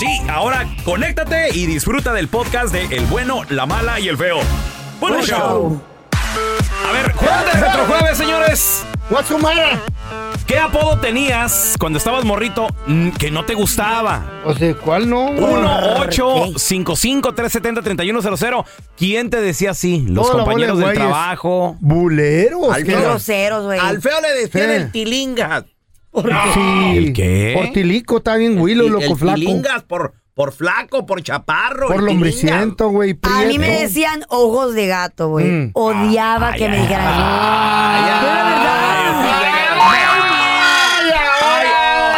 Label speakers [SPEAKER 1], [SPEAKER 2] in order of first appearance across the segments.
[SPEAKER 1] Sí, ahora conéctate y disfruta del podcast de El bueno, la mala y el feo. ¡Buen show! A ver, jueves de retrojueves, señores.
[SPEAKER 2] What's the matter?
[SPEAKER 1] ¿Qué apodo tenías cuando estabas morrito mm, que no te gustaba?
[SPEAKER 2] O sea, ¿cuál no?
[SPEAKER 1] 1-855-370-3100. ¿Quién te decía así? Los
[SPEAKER 2] Toda la
[SPEAKER 1] compañeros
[SPEAKER 2] bola
[SPEAKER 1] del
[SPEAKER 2] de güeyes.
[SPEAKER 1] trabajo.
[SPEAKER 2] Buleros.
[SPEAKER 3] Qué groseros, güey.
[SPEAKER 4] Al feo le decían
[SPEAKER 2] Eh.
[SPEAKER 4] el tilingas.
[SPEAKER 2] Ah, Sí.
[SPEAKER 1] ¿El qué?
[SPEAKER 2] Portilico está bien, Willow,
[SPEAKER 4] el,
[SPEAKER 2] loco flaco.
[SPEAKER 4] tilingas por, por flaco, por chaparro.
[SPEAKER 2] Por
[SPEAKER 4] el tilingas.
[SPEAKER 2] lombriciento, güey.
[SPEAKER 3] A mí
[SPEAKER 2] prieto.
[SPEAKER 3] me decían ojos de gato, güey.
[SPEAKER 2] Mm.
[SPEAKER 3] Odiaba que me dijeran así. Pero la verdad.
[SPEAKER 1] Ay,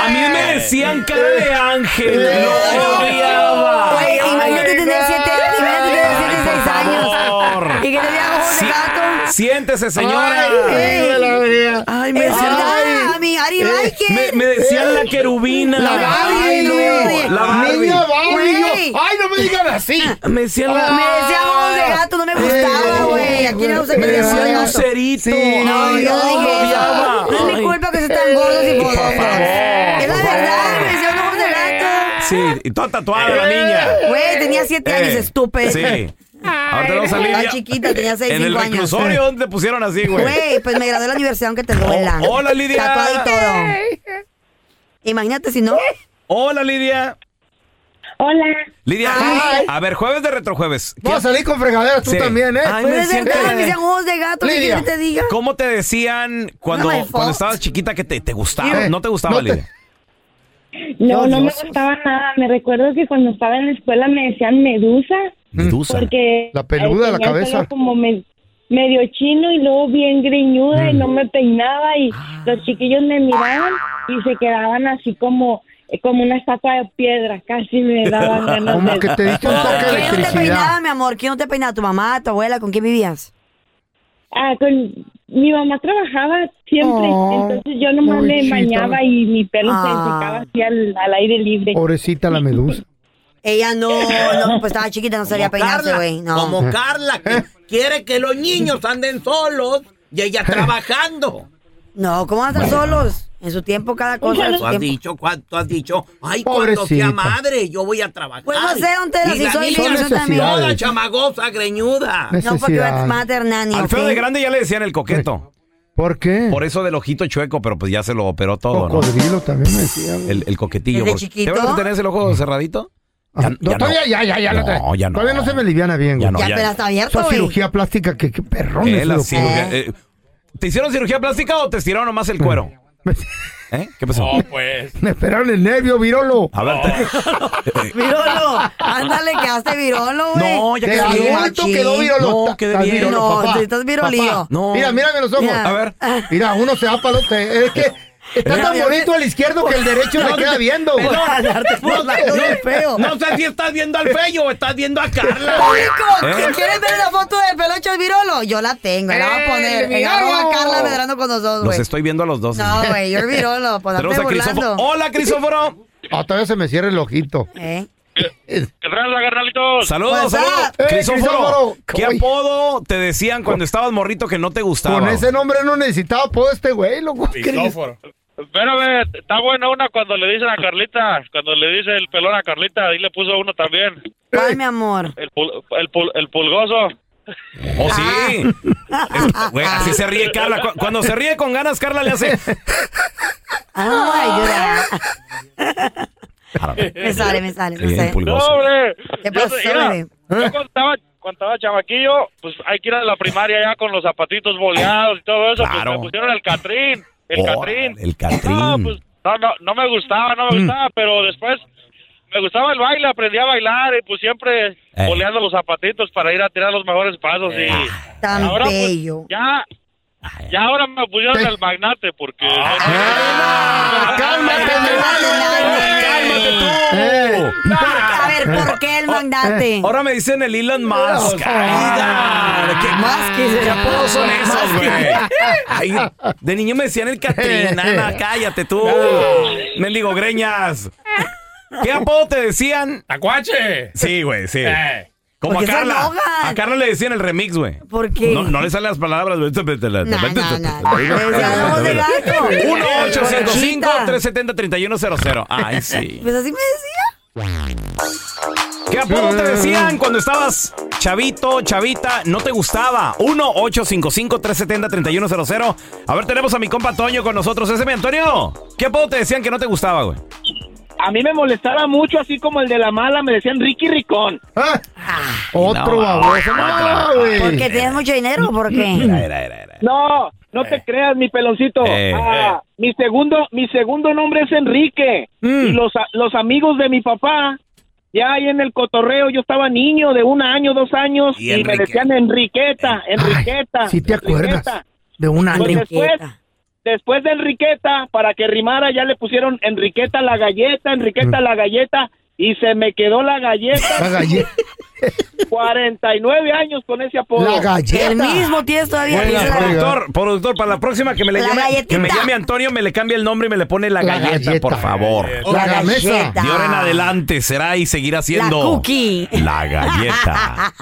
[SPEAKER 1] a mí me decían cara de ángel. Lo odiaba.
[SPEAKER 3] Güey, imagínate tener siete, imagínate tener siete,
[SPEAKER 1] Ay,
[SPEAKER 3] seis
[SPEAKER 1] por favor.
[SPEAKER 3] años. Y que te digan ojos
[SPEAKER 1] Sí-
[SPEAKER 3] de gato.
[SPEAKER 1] Siéntese, señora.
[SPEAKER 2] Ay, hijo de la verga.
[SPEAKER 3] Es verdad, a mí, Ari like
[SPEAKER 1] Me,
[SPEAKER 3] it.
[SPEAKER 1] me decían la querubina.
[SPEAKER 2] La Barbie,
[SPEAKER 3] Ay,
[SPEAKER 2] güey.
[SPEAKER 1] La Barbie.
[SPEAKER 2] Niña Barbie.
[SPEAKER 3] Güey.
[SPEAKER 2] yo- Ay, no me digan así.
[SPEAKER 1] Ah, Me decían
[SPEAKER 3] Me
[SPEAKER 1] la.
[SPEAKER 3] decían ojos de gato, no me gustaba, güey. Aquí no se
[SPEAKER 2] Me
[SPEAKER 1] Me
[SPEAKER 2] decían
[SPEAKER 1] decían
[SPEAKER 3] gato.
[SPEAKER 1] lucerito.
[SPEAKER 2] Sí,
[SPEAKER 3] No,
[SPEAKER 1] Ay,
[SPEAKER 3] yo no
[SPEAKER 1] lo
[SPEAKER 3] dije
[SPEAKER 1] odiaba.
[SPEAKER 3] eso. No es mi
[SPEAKER 1] Ay.
[SPEAKER 3] culpa que se tan gordos y
[SPEAKER 1] por
[SPEAKER 3] podrosos.
[SPEAKER 1] favor,
[SPEAKER 3] Es la
[SPEAKER 1] por
[SPEAKER 3] verdad,
[SPEAKER 1] favor.
[SPEAKER 3] me decían ojos de gato.
[SPEAKER 1] Sí, y toda tatuada
[SPEAKER 2] Eh.
[SPEAKER 1] la niña.
[SPEAKER 3] Güey, tenía siete
[SPEAKER 1] Eh,
[SPEAKER 3] años, estúpido.
[SPEAKER 1] Sí. Ahora te vamos a
[SPEAKER 3] Estaba
[SPEAKER 1] salir.
[SPEAKER 3] chiquita, tenía seis,
[SPEAKER 1] En el
[SPEAKER 3] cinco años.
[SPEAKER 1] reclusorio, ¿dónde te pusieron así, güey?
[SPEAKER 3] Güey, pues me gradué de la universidad aunque te duela.
[SPEAKER 1] Oh, hola, Lidia.
[SPEAKER 3] Tatuada y todo. Imagínate si no.
[SPEAKER 1] Hola, Lidia.
[SPEAKER 5] Hola.
[SPEAKER 1] Lidia,
[SPEAKER 2] Ay.
[SPEAKER 1] a ver, jueves de retrojueves.
[SPEAKER 2] Vas a salir con fregaderas tú
[SPEAKER 1] Sí.
[SPEAKER 2] también, ¿eh?
[SPEAKER 1] Ay,
[SPEAKER 3] Pero
[SPEAKER 1] me
[SPEAKER 3] es
[SPEAKER 1] decían
[SPEAKER 3] verdad,
[SPEAKER 1] que-
[SPEAKER 3] me decían ojos de gato, ¿qué
[SPEAKER 2] Lidia.
[SPEAKER 3] quieres que te diga?
[SPEAKER 1] ¿Cómo te decían cuando,
[SPEAKER 3] No me
[SPEAKER 1] cuando
[SPEAKER 3] fault.
[SPEAKER 1] estabas chiquita que te, te gustaba?
[SPEAKER 2] Eh,
[SPEAKER 1] No te gustaba,
[SPEAKER 2] no te-
[SPEAKER 1] Lidia.
[SPEAKER 5] No,
[SPEAKER 2] Dios,
[SPEAKER 5] no me
[SPEAKER 2] Dios.
[SPEAKER 5] gustaba nada. Me recuerdo que cuando estaba en la escuela me decían medusa
[SPEAKER 1] Medusa.
[SPEAKER 5] porque
[SPEAKER 2] La peluda de la
[SPEAKER 5] tenía el pelo
[SPEAKER 2] cabeza.
[SPEAKER 5] como me- medio chino y luego bien greñuda
[SPEAKER 2] Mm.
[SPEAKER 5] y no me peinaba y los chiquillos me miraban y se quedaban así como eh, como una estatua de piedra. Casi me daban ganas.
[SPEAKER 2] Como
[SPEAKER 5] de-
[SPEAKER 2] que te diste un toque de
[SPEAKER 3] ¿Quién no te peinaba,
[SPEAKER 2] electricidad.
[SPEAKER 3] mi amor? ¿Quién no te peinaba? ¿Tu mamá, tu abuela? ¿Con quién vivías?
[SPEAKER 5] Ah, con mi mamá trabajaba siempre,
[SPEAKER 2] Oh,
[SPEAKER 5] entonces yo nomás me
[SPEAKER 2] pobrecito.
[SPEAKER 5] bañaba y mi pelo se
[SPEAKER 3] Ah.
[SPEAKER 5] secaba así al, al aire libre.
[SPEAKER 2] Pobrecita la medusa.
[SPEAKER 3] Ella no, no, pues estaba chiquita, no sabía peinarse,
[SPEAKER 4] Carla,
[SPEAKER 3] güey. No.
[SPEAKER 4] Como Carla,
[SPEAKER 2] Eh.
[SPEAKER 4] que quiere que los niños anden solos y ella trabajando.
[SPEAKER 3] No, ¿cómo van a estar solos? En su tiempo, cada cosa. en su
[SPEAKER 4] Tú has
[SPEAKER 3] tiempo.
[SPEAKER 4] dicho, cuan- tú has dicho, ay, cuando
[SPEAKER 2] Pobrecita.
[SPEAKER 4] sea madre, yo voy a trabajar.
[SPEAKER 1] Ah,
[SPEAKER 3] Pues no sé, ¿dónde
[SPEAKER 4] Y
[SPEAKER 3] las
[SPEAKER 4] la
[SPEAKER 3] hizo
[SPEAKER 4] niña
[SPEAKER 3] Yo
[SPEAKER 2] Son
[SPEAKER 3] también.
[SPEAKER 4] Toda
[SPEAKER 2] necesidades.
[SPEAKER 4] chamagosa, greñuda.
[SPEAKER 3] No, porque va a-
[SPEAKER 2] Necesidad.
[SPEAKER 3] va a tener nani,
[SPEAKER 1] Al feo
[SPEAKER 3] ¿ok?
[SPEAKER 1] de grande ya le decían el coqueto.
[SPEAKER 2] ¿Por qué?
[SPEAKER 1] Por eso del ojito chueco, pero pues ya se lo operó todo, ¿no?
[SPEAKER 2] Cocodrilo también me decía. güey.
[SPEAKER 1] El, el coquetillo.
[SPEAKER 3] ¿Desde
[SPEAKER 1] porque-
[SPEAKER 3] chiquito?
[SPEAKER 1] ¿Te acuerdas que tenías el ojo cerradito?
[SPEAKER 2] Ah,
[SPEAKER 1] ya
[SPEAKER 2] no,
[SPEAKER 1] no.
[SPEAKER 2] todavía, ya, ya, ya,
[SPEAKER 1] No,
[SPEAKER 2] no,
[SPEAKER 1] ya no.
[SPEAKER 2] Todavía no se me liviana bien,
[SPEAKER 1] Ya
[SPEAKER 2] güey.
[SPEAKER 1] no.
[SPEAKER 3] Ya, pero está abierto,
[SPEAKER 2] Esa
[SPEAKER 3] güey.
[SPEAKER 2] cirugía plástica, qué, qué perrón
[SPEAKER 1] Eh,
[SPEAKER 2] es,
[SPEAKER 1] la
[SPEAKER 2] loco.
[SPEAKER 1] cirugía- eh, ¿Te hicieron cirugía plástica o te estiraron nomás el cuero? ¿Eh? ¿Qué pasó?
[SPEAKER 6] No, pues.
[SPEAKER 2] Me esperaron el nervio, virolo.
[SPEAKER 1] A ver,
[SPEAKER 3] Virolo, ándale, quedaste virolo, güey.
[SPEAKER 1] No, ya
[SPEAKER 2] Qué
[SPEAKER 1] quedé bien.
[SPEAKER 2] adulto quedó virolo.
[SPEAKER 1] No, quedé
[SPEAKER 2] Estás
[SPEAKER 1] bien.
[SPEAKER 2] virolo,
[SPEAKER 3] No,
[SPEAKER 2] papá.
[SPEAKER 3] tú estás virolío.
[SPEAKER 2] Papá,
[SPEAKER 1] No.
[SPEAKER 2] Mira, mírame los ojos.
[SPEAKER 3] Mira.
[SPEAKER 1] A ver.
[SPEAKER 2] Mira, uno se va para el otro. Es que está tan bonito al izquierdo que el derecho le queda viendo.
[SPEAKER 3] por la
[SPEAKER 4] no,
[SPEAKER 3] cara del feo.
[SPEAKER 4] no sé si estás viendo al feo o estás viendo a Carla.
[SPEAKER 3] Público,
[SPEAKER 1] ¿Eh?
[SPEAKER 3] si quieren ver la foto del pelocho del virolo, yo la tengo, la voy a
[SPEAKER 2] ¡Eh,
[SPEAKER 3] poner.
[SPEAKER 2] el
[SPEAKER 3] En arroba
[SPEAKER 2] virolo!
[SPEAKER 3] Carla Medrano con nosotros,
[SPEAKER 1] Los
[SPEAKER 3] güey.
[SPEAKER 1] estoy viendo a los dos.
[SPEAKER 3] No, güey, yo el virolo, pues
[SPEAKER 1] Tenemos
[SPEAKER 3] andate
[SPEAKER 1] a Crisóforo.
[SPEAKER 3] burlando.
[SPEAKER 1] Hola, Crisóforo.
[SPEAKER 2] Ah, todavía se me cierra el ojito.
[SPEAKER 3] ¿Eh?
[SPEAKER 6] ¿Qué tranza, carnalitos?
[SPEAKER 1] Saludos,
[SPEAKER 3] What's
[SPEAKER 1] saludos.
[SPEAKER 3] up?
[SPEAKER 2] Eh,
[SPEAKER 1] Crisóforo,
[SPEAKER 2] Crisóforo,
[SPEAKER 1] ¿qué
[SPEAKER 2] oye.
[SPEAKER 1] apodo te decían cuando estabas morrito que no te gustaba?
[SPEAKER 2] Con ese
[SPEAKER 1] güey?
[SPEAKER 2] nombre no necesitaba apodo este güey, loco.
[SPEAKER 6] Cristóforo.
[SPEAKER 7] Espérame, está buena una cuando le dicen a Carlita, cuando le dice el pelón a Carlita, ahí le puso uno también,
[SPEAKER 3] Ay, mi amor.
[SPEAKER 7] el, pul- el, pul- el pulgoso.
[SPEAKER 1] Oh, sí.
[SPEAKER 3] Ah.
[SPEAKER 1] Es- güey, así se
[SPEAKER 2] Ah.
[SPEAKER 1] ríe Carla. Cu- Cuando se ríe con ganas, Carla le hace.
[SPEAKER 3] Ay, no voy a llorar. Me sale, me sale, me
[SPEAKER 1] Bien
[SPEAKER 3] sale.
[SPEAKER 7] ¡No,
[SPEAKER 1] pulgoso.
[SPEAKER 7] hombre!
[SPEAKER 3] ¿Qué
[SPEAKER 7] Yo
[SPEAKER 3] pasó,
[SPEAKER 7] te- mira,
[SPEAKER 3] güey?
[SPEAKER 7] yo cuando estaba, cuando estaba chamaquillo, pues hay que ir a la primaria ya con los zapatitos boleados y todo eso,
[SPEAKER 1] Claro.
[SPEAKER 7] pues me pusieron el Catrín, el
[SPEAKER 1] Órale,
[SPEAKER 7] Catrín.
[SPEAKER 1] el Catrín.
[SPEAKER 7] No, pues, no, no, no me gustaba, no me gustaba, pero después me gustaba el baile, aprendí a bailar y pues siempre
[SPEAKER 1] Eh.
[SPEAKER 7] boleando los zapatitos para ir a tirar los mejores pasos y...
[SPEAKER 3] Tan
[SPEAKER 7] Ahora, pues,
[SPEAKER 3] bello.
[SPEAKER 7] ya, ya ahora me pusieron
[SPEAKER 2] Te-
[SPEAKER 7] el magnate porque...
[SPEAKER 2] Ah, ¡Cálmate,
[SPEAKER 3] Ay,
[SPEAKER 2] me vale,
[SPEAKER 1] Cálmate
[SPEAKER 2] güey. Eh.
[SPEAKER 1] tú.
[SPEAKER 3] A ver, ¿por qué el magnate?
[SPEAKER 1] Ahora me dicen el Elon Musk. Caída. ¿Qué
[SPEAKER 3] Más que
[SPEAKER 1] ¿Qué
[SPEAKER 3] se
[SPEAKER 1] apodos son esos, güey? Ay, De niño me decían el Catrín. Ana, cállate tú. Mendigo Greñas. ¿Qué apodo te decían?
[SPEAKER 6] ¡Tacuache!
[SPEAKER 1] Sí, güey, sí.
[SPEAKER 6] Eh.
[SPEAKER 1] Como a
[SPEAKER 3] ¿Por qué se
[SPEAKER 1] Carla.
[SPEAKER 3] enojan?
[SPEAKER 1] A Carla le decían el remix, güey.
[SPEAKER 3] ¿Por qué?
[SPEAKER 1] No, no le salen las palabras. güey.
[SPEAKER 3] No, no, no. Hablamos de gato.
[SPEAKER 1] 1-855-370-3100. Ay, sí.
[SPEAKER 3] Pues así me decía.
[SPEAKER 1] ¿Qué apodo te decían cuando estabas chavito, chavita? No te gustaba. 1-855-370-3100. A ver, tenemos a mi compa Toño con nosotros. Ese mi Antonio. ¿Qué apodo te decían que no te gustaba, güey?
[SPEAKER 7] A mí me molestaba mucho, así como el de la mala, me decían Ricky Ricón.
[SPEAKER 2] Ah, Otro
[SPEAKER 1] no, ah,
[SPEAKER 3] Ah,
[SPEAKER 2] baboso.
[SPEAKER 1] otra.
[SPEAKER 2] No, güey.
[SPEAKER 3] ¿Porque
[SPEAKER 1] eh.
[SPEAKER 3] tienes mucho dinero o por qué?
[SPEAKER 1] Era, era, era. era.
[SPEAKER 7] No, no te creas, mi peloncito.
[SPEAKER 1] Eh,
[SPEAKER 7] Ah, Mi segundo, mi segundo nombre es Enrique.
[SPEAKER 1] Mm.
[SPEAKER 7] Y los, a- los amigos de mi papá, ya ahí en el cotorreo, yo estaba niño de un año, dos años,
[SPEAKER 1] Y
[SPEAKER 7] y, me
[SPEAKER 1] Enrique.
[SPEAKER 7] decían Enriqueta, Enriqueta.
[SPEAKER 2] Si te
[SPEAKER 7] Enriqueta.
[SPEAKER 2] acuerdas de un año.
[SPEAKER 7] Pues después,
[SPEAKER 3] Enriqueta.
[SPEAKER 7] después de Enriqueta, para que rimara, ya le pusieron Enriqueta la galleta, Enriqueta la galleta, y se me quedó la
[SPEAKER 2] La
[SPEAKER 7] galleta.
[SPEAKER 2] galleta.
[SPEAKER 7] 49 años con ese apodo.
[SPEAKER 2] La galleta.
[SPEAKER 3] El mismo tienes todavía.
[SPEAKER 2] Buena,
[SPEAKER 3] Dice la-
[SPEAKER 2] buena.
[SPEAKER 1] Productor, productor, para la próxima que me le
[SPEAKER 3] La
[SPEAKER 1] llame,
[SPEAKER 3] galletita.
[SPEAKER 1] que me llame Antonio, me le cambie el nombre y me le pone la,
[SPEAKER 2] La
[SPEAKER 1] galleta,
[SPEAKER 2] galleta.
[SPEAKER 1] por favor.
[SPEAKER 2] La
[SPEAKER 3] La
[SPEAKER 2] gamesa.
[SPEAKER 3] galleta.
[SPEAKER 1] De ahora en adelante será y seguirá
[SPEAKER 3] La
[SPEAKER 1] siendo.
[SPEAKER 3] cookie.
[SPEAKER 1] La galleta.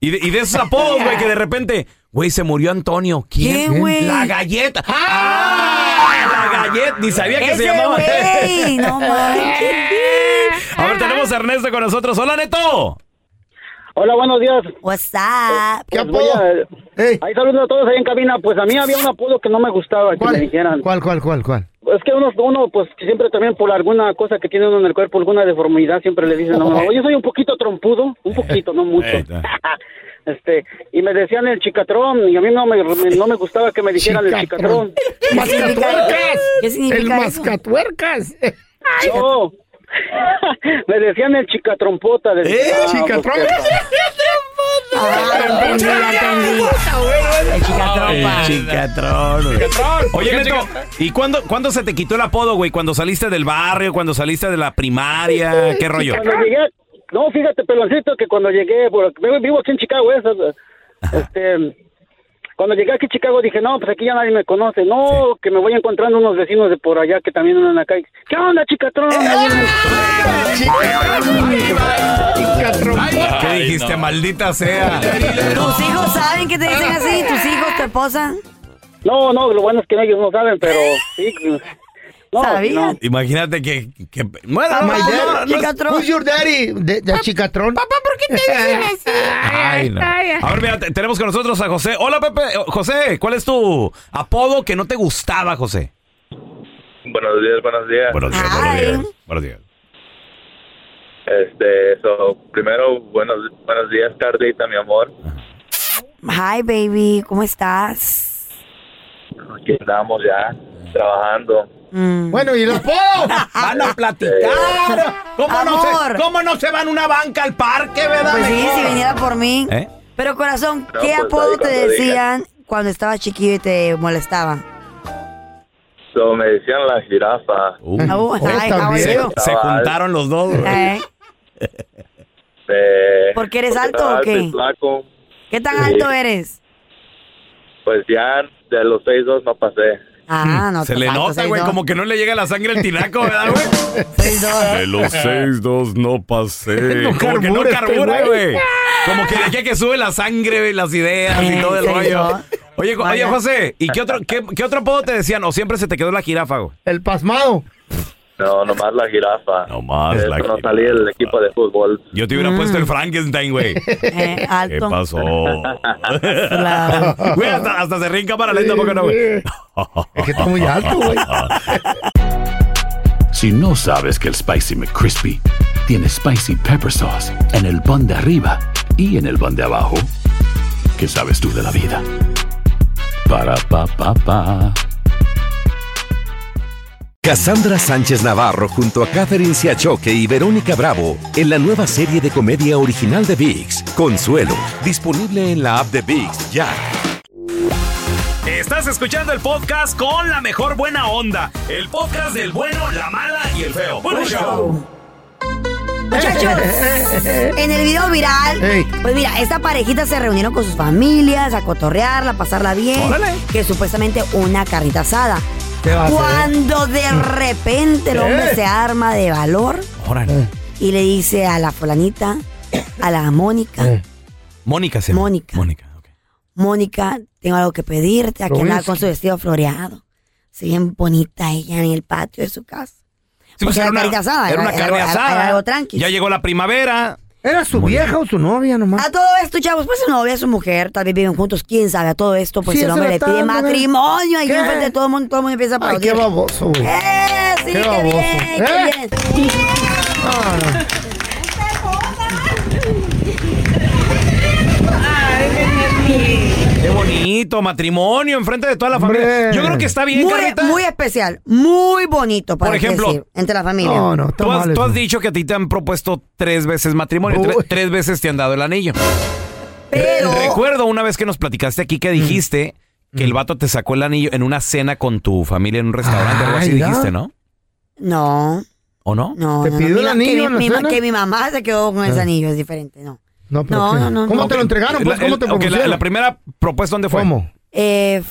[SPEAKER 1] Y de, y de esos apodos, güey, que de repente, güey, se murió Antonio. ¿Quién?
[SPEAKER 3] ¿Qué, güey?
[SPEAKER 1] La galleta. ¡Ah! La galleta. Ni sabía que se
[SPEAKER 3] Ese
[SPEAKER 1] llamaba.
[SPEAKER 3] güey. No manches.
[SPEAKER 1] A ver, tenemos a Ernesto con nosotros. Hola, Neto.
[SPEAKER 7] Hola, buenos días.
[SPEAKER 3] What's up?
[SPEAKER 2] ¿Qué
[SPEAKER 7] Pues voy
[SPEAKER 2] apodo?
[SPEAKER 7] a-
[SPEAKER 2] Ey,
[SPEAKER 7] Ahí saludos a todos ahí en cabina. Pues a mí había un apodo que no me gustaba que me dijeran.
[SPEAKER 2] ¿Cuál? ¿Cuál, cuál, cuál, cuál?
[SPEAKER 7] Es que uno, uno, pues que siempre también por alguna cosa que tiene uno en el cuerpo, alguna deformidad, siempre le dicen, no, no, yo soy un poquito trompudo, un poquito, no mucho.
[SPEAKER 1] Ahí está.
[SPEAKER 7] Este, y me decían el chicatrón, y a mí no me, me- no me gustaba que me dijeran el
[SPEAKER 2] Chicatrón.
[SPEAKER 7] chicatrón.
[SPEAKER 3] ¿Qué significa,
[SPEAKER 2] ¡Mascatuercas!
[SPEAKER 3] ¿Qué
[SPEAKER 2] El
[SPEAKER 3] significa eso?
[SPEAKER 2] mascatuercas.
[SPEAKER 7] No. me decían el chicatrompota. pues, de
[SPEAKER 2] ¡Eh, chicatrón!
[SPEAKER 3] Ah, ya entendí, ya entendí. El chicatropa.
[SPEAKER 1] Chicatrón. Eh, Oye,
[SPEAKER 6] ¿Por qué
[SPEAKER 1] Neto, ¿y cuándo, cuándo se te quitó el apodo, güey? ¿Cuando saliste del barrio? ¿Cuando saliste de la primaria? ¿Qué rollo?
[SPEAKER 7] Cuando llegué, no, fíjate, peloncito, que cuando llegué, por- vivo, vivo aquí en Chicago, es, este, cuando llegué aquí a Chicago dije, no, pues aquí ya nadie me conoce, no, que me voy encontrando unos vecinos de por allá que también andan acá. y, ¿Qué onda, chicatrón?
[SPEAKER 1] ¿Qué dijiste, maldita sea?
[SPEAKER 3] Tus hijos saben que te dicen así, tus hijos, tu esposa.
[SPEAKER 7] No, no, lo bueno es que ellos no saben, pero sí. No,
[SPEAKER 3] ¿Sabían?
[SPEAKER 7] no.
[SPEAKER 1] Imagínate que... que-
[SPEAKER 3] Ah,
[SPEAKER 1] bueno, no,
[SPEAKER 2] My
[SPEAKER 1] no, no
[SPEAKER 2] dad.
[SPEAKER 1] es-
[SPEAKER 3] Chicatrón.
[SPEAKER 2] Who's your daddy? De, de chicatrón. Papá, ¿por qué te dicen
[SPEAKER 1] Ay, no. A ver, mira, te- tenemos con nosotros a José. Hola, Pepe. Eh, José, ¿cuál es tu apodo que no te gustaba, José?
[SPEAKER 7] Buenos días, buenos días.
[SPEAKER 1] Buenos días, buenos
[SPEAKER 3] Ay.
[SPEAKER 1] días. Buenos días.
[SPEAKER 7] Este, so, primero, buenos, buenos días, Carlita, mi amor.
[SPEAKER 3] Hi, baby, ¿cómo estás?
[SPEAKER 7] Aquí estamos ya.
[SPEAKER 8] trabajando.
[SPEAKER 3] Mm.
[SPEAKER 8] Este,
[SPEAKER 2] Bueno, ¿y la puedo?
[SPEAKER 4] Van a platicar. ¿Cómo no, se, ¿Cómo no se van una banca al parque, verdad?
[SPEAKER 3] Pues sí,
[SPEAKER 4] Mejor.
[SPEAKER 3] si viniera por mí.
[SPEAKER 4] ¿Eh?
[SPEAKER 3] Pero corazón,
[SPEAKER 4] No,
[SPEAKER 3] ¿qué
[SPEAKER 4] pues,
[SPEAKER 3] apodo
[SPEAKER 4] ahí
[SPEAKER 3] te
[SPEAKER 4] cuando
[SPEAKER 3] decían cuando estabas chiquillo y te molestaban?
[SPEAKER 8] So, me decían la jirafa.
[SPEAKER 3] Oh, ay, how are you?
[SPEAKER 1] Uh. Se juntaron los dos.
[SPEAKER 3] Eh,
[SPEAKER 8] Eh,
[SPEAKER 3] ¿Por qué eres
[SPEAKER 8] porque
[SPEAKER 3] alto
[SPEAKER 8] estaba
[SPEAKER 3] o qué?
[SPEAKER 8] y flaco.
[SPEAKER 3] ¿Qué tan alto
[SPEAKER 8] Sí.
[SPEAKER 3] eres?
[SPEAKER 8] Pues ya de los 6'2 no pasé.
[SPEAKER 3] Ah, no.
[SPEAKER 1] Se le nota, güey, como que no le llega la sangre al tinaco, ¿verdad, güey?
[SPEAKER 9] De los 6'2 no pasé.
[SPEAKER 1] Como que no
[SPEAKER 4] este
[SPEAKER 1] carbura, güey. Como que de aquí a que sube la sangre, güey, las ideas y
[SPEAKER 9] Eh,
[SPEAKER 1] todo el
[SPEAKER 9] se
[SPEAKER 1] rollo.
[SPEAKER 9] hizo.
[SPEAKER 1] Oye, co- oye,
[SPEAKER 9] Vaya.
[SPEAKER 1] José, ¿y qué otro, qué, qué otro apodo te decían? ¿O siempre se te quedó la jirafa, güey?
[SPEAKER 2] El pasmado.
[SPEAKER 8] No, nomás la jirafa. Nomás
[SPEAKER 1] la
[SPEAKER 8] No salí del equipo de fútbol.
[SPEAKER 1] Yo te hubiera puesto el Frankenstein, güey.
[SPEAKER 3] Eh,
[SPEAKER 1] ¿Qué
[SPEAKER 3] alto.
[SPEAKER 1] pasó? Güey, hasta, hasta se rinca para lenta, ¿por qué no, güey?
[SPEAKER 2] Es que está muy alto, güey.
[SPEAKER 10] Si no sabes que el Spicy McCrispy tiene spicy pepper sauce en el pan de arriba y en el pan de abajo, ¿qué sabes tú de la vida? Para pa pa pa.
[SPEAKER 11] Cassandra Sánchez Navarro junto a Catherine Siachoque y Verónica Bravo en la nueva serie de comedia original de VIX, Consuelo, disponible en la app de VIX ya.
[SPEAKER 1] Estás escuchando el podcast con la mejor buena onda. El podcast del bueno, la mala y el feo. Bueno, show.
[SPEAKER 3] Muchachos, en el video viral,
[SPEAKER 1] Ey.
[SPEAKER 3] pues mira, esta parejita se reunieron con sus familias a cotorrearla, a pasarla bien,
[SPEAKER 2] Órale.
[SPEAKER 3] que supuestamente una carnita asada.
[SPEAKER 2] ¿Qué va a hacer?
[SPEAKER 3] Cuando de repente el
[SPEAKER 2] ¿Qué?
[SPEAKER 3] hombre se arma de valor y le dice a la fulanita, a la Mónica,
[SPEAKER 1] Mónica se
[SPEAKER 3] eh. Mónica.
[SPEAKER 1] Mónica.
[SPEAKER 3] Mónica, tengo algo que pedirte, aquí andaba con su vestido floreado. Se ve bien bonita ella en el patio de su casa.
[SPEAKER 1] Sí, pues,
[SPEAKER 3] Porque
[SPEAKER 1] era
[SPEAKER 3] era
[SPEAKER 1] una,
[SPEAKER 3] carnita asada,
[SPEAKER 1] era una
[SPEAKER 3] era-
[SPEAKER 1] carne
[SPEAKER 3] era-
[SPEAKER 1] asada.
[SPEAKER 3] era algo tranqui.
[SPEAKER 1] Ya llegó la primavera.
[SPEAKER 2] ¿Era su vieja o su novia nomás?
[SPEAKER 3] A todo esto, chavos, pues su novia, su mujer, tal vez viven juntos, quién sabe, a todo esto, pues
[SPEAKER 2] Sí,
[SPEAKER 3] el
[SPEAKER 2] eso
[SPEAKER 3] hombre
[SPEAKER 2] le
[SPEAKER 3] le
[SPEAKER 2] está
[SPEAKER 3] pide
[SPEAKER 2] dando, ¿verdad?
[SPEAKER 3] matrimonio, ahí
[SPEAKER 2] ¿Qué?
[SPEAKER 3] enfrente de todo el mundo, todo el mundo empieza a
[SPEAKER 2] Ay, qué
[SPEAKER 3] aplaudir.
[SPEAKER 2] baboso. güey.
[SPEAKER 3] ¡Eh, sí,
[SPEAKER 2] Qué
[SPEAKER 3] qué,
[SPEAKER 2] baboso.
[SPEAKER 3] bien,
[SPEAKER 2] ¿Eh?
[SPEAKER 3] qué bien!
[SPEAKER 1] Qué bonito, matrimonio enfrente de toda la familia. Yo creo que está bien,
[SPEAKER 3] muy,
[SPEAKER 1] Carlita.
[SPEAKER 3] muy especial, muy bonito, para
[SPEAKER 1] Por
[SPEAKER 3] qué
[SPEAKER 1] ejemplo-
[SPEAKER 3] decir, entre la familia.
[SPEAKER 1] tú has, tú has dicho que a ti te han propuesto tres veces matrimonio, tre-
[SPEAKER 3] Uy.
[SPEAKER 1] tres veces te han dado el anillo. Recuerdo una vez que nos platicaste aquí
[SPEAKER 2] Mm.
[SPEAKER 1] que dijiste que el vato te sacó el anillo en una cena con tu familia en un restaurante, algo así
[SPEAKER 3] Ay, ya.
[SPEAKER 1] dijiste, ¿no?
[SPEAKER 3] No,
[SPEAKER 1] ¿O no?
[SPEAKER 3] no, no, no, mi ma- que, mi, mi ma- que mi mamá se quedó con
[SPEAKER 2] Ah.
[SPEAKER 3] ese anillo, es diferente, no.
[SPEAKER 2] No,
[SPEAKER 3] pero No, ¿qué? no, no,
[SPEAKER 2] ¿Cómo
[SPEAKER 3] no.
[SPEAKER 2] te lo entregaron? Pues?
[SPEAKER 1] La-
[SPEAKER 2] ¿Cómo
[SPEAKER 1] el-
[SPEAKER 2] te
[SPEAKER 1] ok, la,
[SPEAKER 2] propusieron?
[SPEAKER 1] la primera propuesta, ¿dónde fue? ¿Cómo?
[SPEAKER 3] Eh,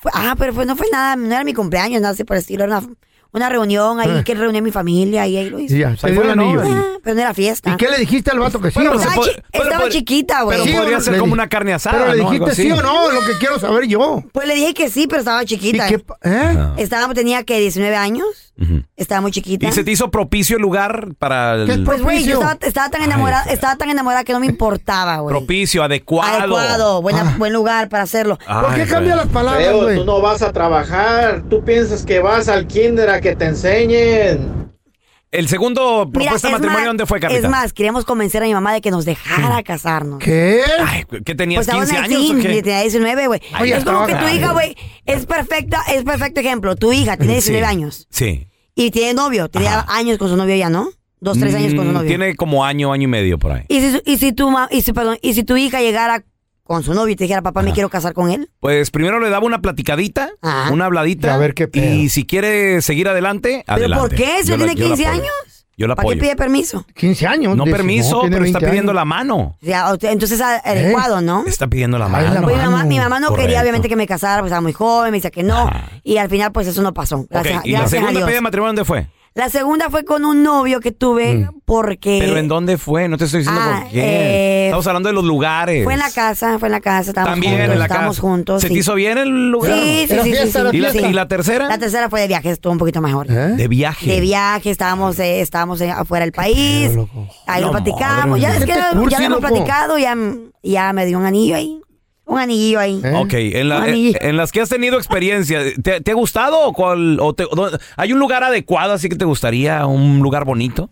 [SPEAKER 3] fue- ah, pero pues no fue nada, no era mi cumpleaños, nada así por el estilo, era una, una reunión ahí que reuní a mi familia y ahí lo hice.
[SPEAKER 2] Ah. Y ya, se dio el anillo.
[SPEAKER 3] Ah, pero no era fiesta.
[SPEAKER 2] ¿Y qué le dijiste al vato que sí?
[SPEAKER 3] Bueno,
[SPEAKER 2] o no?
[SPEAKER 3] estaba chi- estaba chiquita, güey.
[SPEAKER 1] pero
[SPEAKER 2] Sí,
[SPEAKER 1] podría
[SPEAKER 2] o no,
[SPEAKER 1] ser
[SPEAKER 2] le
[SPEAKER 1] como
[SPEAKER 2] di-
[SPEAKER 1] una carne asada,
[SPEAKER 2] Pero le
[SPEAKER 1] ¿no? Algo
[SPEAKER 2] dijiste sí
[SPEAKER 1] así.
[SPEAKER 2] o no, lo que quiero saber yo.
[SPEAKER 3] Pues le dije que sí, pero estaba chiquita.
[SPEAKER 2] ¿Y qué pa- eh?
[SPEAKER 3] Estaba, tenía que 19 años, estaba muy chiquita.
[SPEAKER 1] ¿Y se te hizo propicio el lugar para el
[SPEAKER 3] Pues güey, yo estaba, estaba tan enamorada, estaba tan enamorada que no me importaba, güey.
[SPEAKER 1] propicio, adecuado? Ah.
[SPEAKER 3] Adecuado, buena- buen lugar para hacerlo.
[SPEAKER 1] Ay, ¿Por qué cambia güey. las palabras,
[SPEAKER 12] Feo,
[SPEAKER 1] güey?
[SPEAKER 12] tú no vas a trabajar. Tú piensas que vas al kinder a que te enseñen.
[SPEAKER 1] El segundo propuesta de
[SPEAKER 3] es
[SPEAKER 1] matrimonio,
[SPEAKER 3] más-
[SPEAKER 1] ¿dónde fue, Carlita?
[SPEAKER 3] Es más, queríamos convencer a mi mamá de que nos dejara casarnos.
[SPEAKER 12] ¿Eh?
[SPEAKER 2] ¿Qué?
[SPEAKER 1] Ay, ¿qué tenías
[SPEAKER 3] Pues estaba
[SPEAKER 1] 15
[SPEAKER 3] en el
[SPEAKER 1] años o
[SPEAKER 3] teen,
[SPEAKER 1] qué?
[SPEAKER 3] y tenía 19, güey.
[SPEAKER 1] Oye,
[SPEAKER 3] Es como que tu
[SPEAKER 1] estaba
[SPEAKER 3] hija,
[SPEAKER 1] grande.
[SPEAKER 3] güey, es perfecta, es perfecto ejemplo. Tu hija tiene 19
[SPEAKER 1] Sí.
[SPEAKER 3] años
[SPEAKER 1] Sí.
[SPEAKER 3] y tiene novio, tenía años con su novio ya, ¿no? Dos, tres años con su
[SPEAKER 1] Mm,
[SPEAKER 3] novio.
[SPEAKER 1] Tiene como año, año y medio por ahí.
[SPEAKER 3] Y si, su- y si tu ma- y si, perdón, y si tu hija llegara con su novio y te dijera, papá, me quiero casar con él.
[SPEAKER 1] Pues primero le daba una platicadita, una habladita. Y si quiere seguir adelante,
[SPEAKER 3] ¿Pero
[SPEAKER 1] adelante.
[SPEAKER 3] por qué? Si
[SPEAKER 1] Yo
[SPEAKER 3] no
[SPEAKER 1] la-
[SPEAKER 3] tiene
[SPEAKER 1] yo la
[SPEAKER 3] 15
[SPEAKER 1] apoyo.
[SPEAKER 3] años.
[SPEAKER 1] Yo la
[SPEAKER 3] ¿Para qué
[SPEAKER 1] apoyo.
[SPEAKER 3] pide permiso?
[SPEAKER 2] 15 años.
[SPEAKER 1] No
[SPEAKER 2] de-
[SPEAKER 1] permiso,
[SPEAKER 2] tiene
[SPEAKER 1] pero está
[SPEAKER 2] 20 años.
[SPEAKER 1] pidiendo la mano. ¿Eh?
[SPEAKER 3] O sea, o- entonces a- adecuado, ¿no?
[SPEAKER 1] Está pidiendo la mano.
[SPEAKER 3] Pues mi, mamá, mi mamá no quería
[SPEAKER 1] Correcto.
[SPEAKER 3] obviamente que me casara, pues estaba muy joven, me decía que no. Y al final pues eso no pasó.
[SPEAKER 1] Ok,
[SPEAKER 3] Gracias, a-
[SPEAKER 1] ¿Y la
[SPEAKER 3] gracias a
[SPEAKER 1] segunda
[SPEAKER 3] Dios.
[SPEAKER 1] pedida de matrimonio dónde fue?
[SPEAKER 3] La segunda fue con un novio que tuve
[SPEAKER 1] Mm.
[SPEAKER 3] porque...
[SPEAKER 1] ¿Pero en dónde fue? No te estoy diciendo
[SPEAKER 3] Ah,
[SPEAKER 1] por qué.
[SPEAKER 3] eh,
[SPEAKER 1] Estamos hablando de los lugares.
[SPEAKER 3] Fue en la casa, fue en la casa, estábamos
[SPEAKER 1] También
[SPEAKER 3] juntos,
[SPEAKER 1] en la
[SPEAKER 3] estábamos
[SPEAKER 1] casa.
[SPEAKER 3] juntos.
[SPEAKER 1] ¿Se
[SPEAKER 3] sí.
[SPEAKER 1] te hizo bien el lugar?
[SPEAKER 3] Sí, sí,
[SPEAKER 1] Era
[SPEAKER 3] sí, sí,
[SPEAKER 1] fiesta,
[SPEAKER 3] sí,
[SPEAKER 1] era
[SPEAKER 3] sí,
[SPEAKER 1] fiesta.
[SPEAKER 3] sí.
[SPEAKER 1] ¿Y la tercera? ¿Eh?
[SPEAKER 3] La tercera fue de viaje, estuvo un poquito mejor.
[SPEAKER 1] De viaje.
[SPEAKER 3] De viaje, estábamos, eh, estábamos eh, afuera del país, ahí lo
[SPEAKER 1] No,
[SPEAKER 3] platicamos,
[SPEAKER 1] madre
[SPEAKER 3] ya es
[SPEAKER 1] mía.
[SPEAKER 3] que
[SPEAKER 1] Vete
[SPEAKER 3] ya lo
[SPEAKER 1] cursi, loco.
[SPEAKER 3] hemos platicado, ya, ya me dio un anillo ahí, un anillo ahí.
[SPEAKER 1] Ok, en, la-
[SPEAKER 3] Un
[SPEAKER 1] en,
[SPEAKER 3] anillo.
[SPEAKER 1] en las que has tenido experiencia, ¿te, te ha gustado o cuál? o te- o dónde- ¿Hay un lugar adecuado así que te gustaría? ¿Un lugar bonito?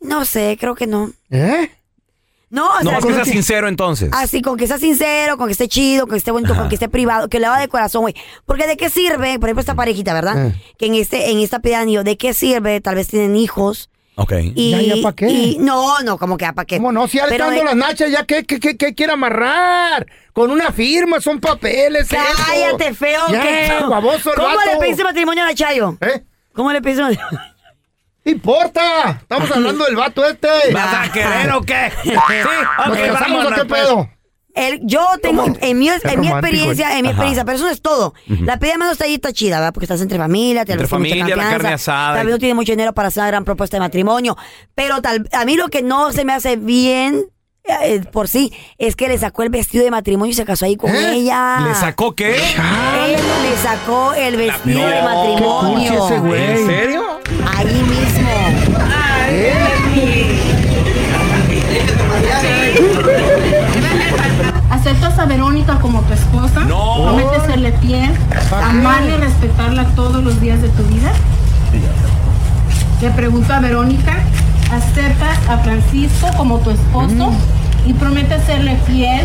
[SPEAKER 3] No sé, creo que no.
[SPEAKER 2] ¿Eh?
[SPEAKER 3] No, o
[SPEAKER 1] No,
[SPEAKER 3] sea,
[SPEAKER 1] es que sea sincero entonces.
[SPEAKER 3] Así, con que sea sincero, con que esté chido, con que esté bonito, con que esté privado, que lo haga de corazón, güey. Porque de qué sirve, por ejemplo, esta parejita, ¿verdad?
[SPEAKER 1] Eh.
[SPEAKER 3] Que en este, en esta pedida de anillo, ¿de qué sirve? Tal vez tienen hijos.
[SPEAKER 1] Ok.
[SPEAKER 3] Y,
[SPEAKER 2] ¿pa' qué?
[SPEAKER 3] y- no, no, como que ya para qué.
[SPEAKER 2] No, si ya le
[SPEAKER 3] Pero
[SPEAKER 2] están
[SPEAKER 3] de-
[SPEAKER 2] dando las nachas, ya que, que, que, que quiere amarrar. Con una firma, son papeles. eso.
[SPEAKER 3] Cállate, feo,
[SPEAKER 2] Ya,
[SPEAKER 3] ¿qué?
[SPEAKER 2] baboso el
[SPEAKER 3] ¿Cómo
[SPEAKER 2] vato.
[SPEAKER 3] le pediste matrimonio a la Chayo?
[SPEAKER 2] ¿Eh?
[SPEAKER 3] ¿Cómo le pediste matrimonio?
[SPEAKER 2] ¡Importa! Estamos hablando del vato este.
[SPEAKER 3] ¿Vas a querer o qué?
[SPEAKER 2] Sí,
[SPEAKER 3] ok,
[SPEAKER 2] ¿Nos casamos o
[SPEAKER 3] vámonos,
[SPEAKER 2] qué
[SPEAKER 3] pues.
[SPEAKER 2] pedo?
[SPEAKER 3] El- yo tengo, en mi, en mi
[SPEAKER 2] romántico,
[SPEAKER 3] experiencia,
[SPEAKER 2] eh.
[SPEAKER 3] en mi
[SPEAKER 2] Ajá.
[SPEAKER 3] experiencia, pero eso no es todo.
[SPEAKER 2] Ujú.
[SPEAKER 3] La pedida de mano está ahí, está chida, ¿verdad? Porque estás entre familia, te
[SPEAKER 1] Entre
[SPEAKER 3] recibe mucha
[SPEAKER 1] familia, la
[SPEAKER 3] confianza,
[SPEAKER 1] carne asada
[SPEAKER 3] Tal
[SPEAKER 1] y-
[SPEAKER 3] vez no tienes mucho dinero para hacer una gran propuesta de matrimonio. Pero tal, a mí lo que no se me hace bien eh, por sí es que le sacó el vestido de matrimonio y se casó ahí con ella.
[SPEAKER 1] ¿Le sacó qué?
[SPEAKER 3] Él le sacó el vestido de matrimonio.
[SPEAKER 1] ¿En serio?
[SPEAKER 3] Ahí mismo.
[SPEAKER 13] ¿Aceptas a Verónica como tu esposa?
[SPEAKER 1] No.
[SPEAKER 13] ¿Prometes serle fiel, amarle y respetarla todos los días de tu vida? Le pregunto a Verónica, ¿aceptas a Francisco como tu esposo? ¿Y prometes serle fiel,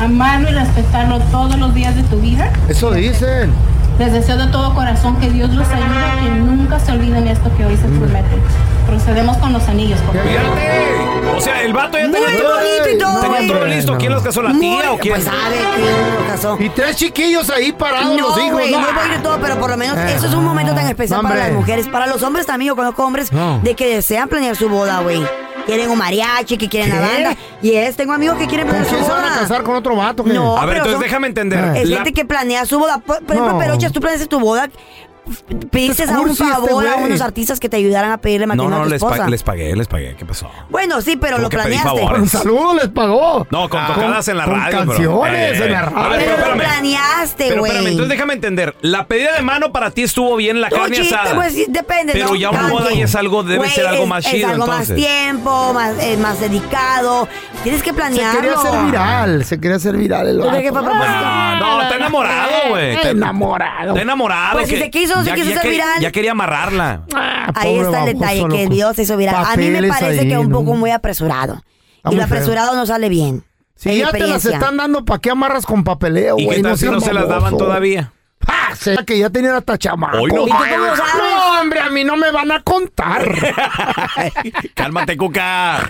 [SPEAKER 13] amarlo y respetarlo todos los días de tu vida?
[SPEAKER 2] Eso dicen.
[SPEAKER 13] Les deseo de todo corazón que Dios los ayude, que nunca se olviden esto que hoy se promete. Procedemos con los anillos, por favor.
[SPEAKER 1] O sea, el vato ya
[SPEAKER 13] Muy
[SPEAKER 1] tenía todo,
[SPEAKER 13] bonito y todo,
[SPEAKER 1] tenía
[SPEAKER 13] güey.
[SPEAKER 1] todo listo. ¿Quién los casó? ¿La tía o quién?
[SPEAKER 3] pues,
[SPEAKER 2] Y tres chiquillos ahí parados,
[SPEAKER 3] No,
[SPEAKER 2] los hijos. Eh.
[SPEAKER 3] güey, muy bonito todo, pero por lo menos eso es un momento tan
[SPEAKER 2] No,
[SPEAKER 3] especial para las
[SPEAKER 2] hombre.
[SPEAKER 3] mujeres. Para los hombres también, yo conozco hombres de que desean planear su boda, güey. Quieren un mariachi, que quieren la banda. Y es, tengo amigos que quieren planear su
[SPEAKER 2] ¿Quién se van
[SPEAKER 3] boda.
[SPEAKER 2] a casar con otro vato? qué?
[SPEAKER 3] No,
[SPEAKER 1] a ver,
[SPEAKER 3] pero
[SPEAKER 1] entonces
[SPEAKER 3] son- eh,
[SPEAKER 1] déjame entender.
[SPEAKER 3] Es
[SPEAKER 1] La-
[SPEAKER 3] gente que planea su boda. Por, por ejemplo,
[SPEAKER 1] No.
[SPEAKER 3] Perochas, tú planeaste tu boda. Pediste
[SPEAKER 1] Estás
[SPEAKER 3] a un
[SPEAKER 1] cursi este
[SPEAKER 3] favor a
[SPEAKER 1] güey.
[SPEAKER 3] unos artistas que te ayudaran a pedirle
[SPEAKER 1] No,
[SPEAKER 3] matrimonio
[SPEAKER 1] no,
[SPEAKER 3] a tu
[SPEAKER 1] les, pa-
[SPEAKER 3] esposa.
[SPEAKER 1] les pagué, les pagué. ¿Qué pasó?
[SPEAKER 3] Bueno, sí, pero
[SPEAKER 1] Tuvo
[SPEAKER 3] lo
[SPEAKER 1] que pedir
[SPEAKER 3] planeaste.
[SPEAKER 1] favores. Con
[SPEAKER 2] salud les pagó.
[SPEAKER 1] No, con
[SPEAKER 2] Ah.
[SPEAKER 1] tocadas en la
[SPEAKER 2] Con- con
[SPEAKER 1] radio, bro.
[SPEAKER 2] canciones en la
[SPEAKER 1] a ver,
[SPEAKER 2] radio.
[SPEAKER 1] pero
[SPEAKER 3] Pero lo
[SPEAKER 1] espérame.
[SPEAKER 3] planeaste,
[SPEAKER 1] Pero espérame,
[SPEAKER 3] Este, güey.
[SPEAKER 1] entonces déjame entender. La pedida de mano para ti estuvo bien, la
[SPEAKER 3] Estuvo
[SPEAKER 1] carne
[SPEAKER 3] chiste,
[SPEAKER 1] asada.
[SPEAKER 3] pues, sí, depende,
[SPEAKER 1] Pero
[SPEAKER 3] ¿no?
[SPEAKER 1] ya una
[SPEAKER 3] Cada
[SPEAKER 1] boda
[SPEAKER 3] quien.
[SPEAKER 1] ya es algo, debe
[SPEAKER 3] Güey,
[SPEAKER 1] ser algo
[SPEAKER 3] es-
[SPEAKER 1] más
[SPEAKER 3] es
[SPEAKER 1] chido,
[SPEAKER 3] algo
[SPEAKER 1] entonces.
[SPEAKER 3] más tiempo, más, eh, más dedicado. Tienes que
[SPEAKER 2] Se
[SPEAKER 3] planearlo.
[SPEAKER 2] quería hacer viral, se quería hacer viral el
[SPEAKER 3] ¿Tú crees
[SPEAKER 2] vato.
[SPEAKER 3] que fue a propósito?
[SPEAKER 1] Ah, No, está enamorado, güey. Está
[SPEAKER 2] enamorado.
[SPEAKER 1] Está enamorado.
[SPEAKER 3] Pues, si
[SPEAKER 1] que
[SPEAKER 3] se quiso, se
[SPEAKER 1] ya-
[SPEAKER 3] quiso
[SPEAKER 1] ya
[SPEAKER 3] hacer
[SPEAKER 1] que-
[SPEAKER 3] viral.
[SPEAKER 1] Ya quería amarrarla.
[SPEAKER 2] Ah,
[SPEAKER 3] Ahí
[SPEAKER 1] Ah, pobre
[SPEAKER 3] está el
[SPEAKER 1] baboso,
[SPEAKER 3] detalle, que el
[SPEAKER 1] loco.
[SPEAKER 3] video se hizo viral. A mí me
[SPEAKER 1] Papeles
[SPEAKER 3] parece
[SPEAKER 1] ahí,
[SPEAKER 3] que un
[SPEAKER 1] ¿no?
[SPEAKER 3] poco muy apresurado.
[SPEAKER 2] Está
[SPEAKER 3] y
[SPEAKER 2] muy
[SPEAKER 3] lo apresurado no sale bien.
[SPEAKER 2] Si
[SPEAKER 3] En mi
[SPEAKER 2] ya te las
[SPEAKER 3] experiencia.
[SPEAKER 2] están dando, ¿para qué amarras con papeleo,
[SPEAKER 1] ¿Y
[SPEAKER 2] güey?
[SPEAKER 1] qué tal si
[SPEAKER 2] seas
[SPEAKER 1] no se las
[SPEAKER 2] baboso.
[SPEAKER 1] daban todavía?
[SPEAKER 2] ¡Ah! Será que ya tenían hasta chamaco.
[SPEAKER 1] Hoy no. ¿Y tú cómo
[SPEAKER 2] no, hombre, a mí no me van a contar.
[SPEAKER 1] Cálmate, Cuca.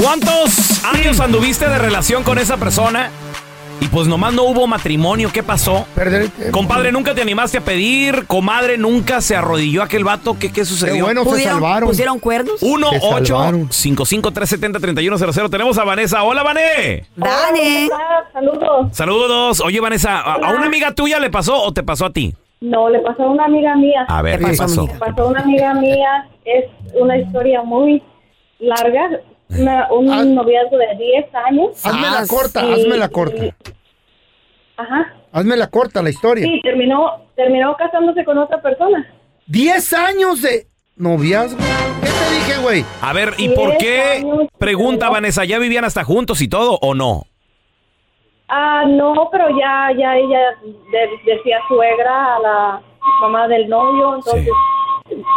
[SPEAKER 1] ¿Cuántos años anduviste de relación con esa persona? Y pues nomás no hubo matrimonio, ¿qué pasó? Compadre, nunca te animaste a pedir, comadre, nunca se arrodilló aquel vato, ¿qué, qué sucedió?
[SPEAKER 3] ¿Pudieron- ¿Pusieron cuernos?
[SPEAKER 1] 1 8 55 370 3100 Tenemos a Vanessa. Hola, Vané.
[SPEAKER 3] Dale.
[SPEAKER 14] Saludos.
[SPEAKER 1] Saludos. Oye, Vanessa, ¿a, a una amiga tuya le pasó o te pasó a ti?
[SPEAKER 14] No, le pasó a una amiga mía.
[SPEAKER 1] A ver, ¿Qué ¿qué pasó, pasó? amiga?
[SPEAKER 14] Le pasó a una amiga mía. Es una historia muy larga. Una- un noviazgo de 10 años.
[SPEAKER 2] Hazme
[SPEAKER 1] Ah,
[SPEAKER 2] la corta,
[SPEAKER 14] Y-
[SPEAKER 2] hazme la corta.
[SPEAKER 14] Ah, Ajá.
[SPEAKER 2] Hazme la corta la historia.
[SPEAKER 14] Sí, terminó, terminó casándose con otra persona.
[SPEAKER 2] Diez años de noviazgo. ¿Qué te dije, güey?
[SPEAKER 1] A ver, ¿y por
[SPEAKER 14] Diez
[SPEAKER 1] qué?
[SPEAKER 14] años.
[SPEAKER 1] Pregunta, Vanessa, ¿ya vivían hasta juntos y todo o no?
[SPEAKER 14] Ah, no, pero ya, ya ella de- decía suegra a la mamá del novio. Entonces,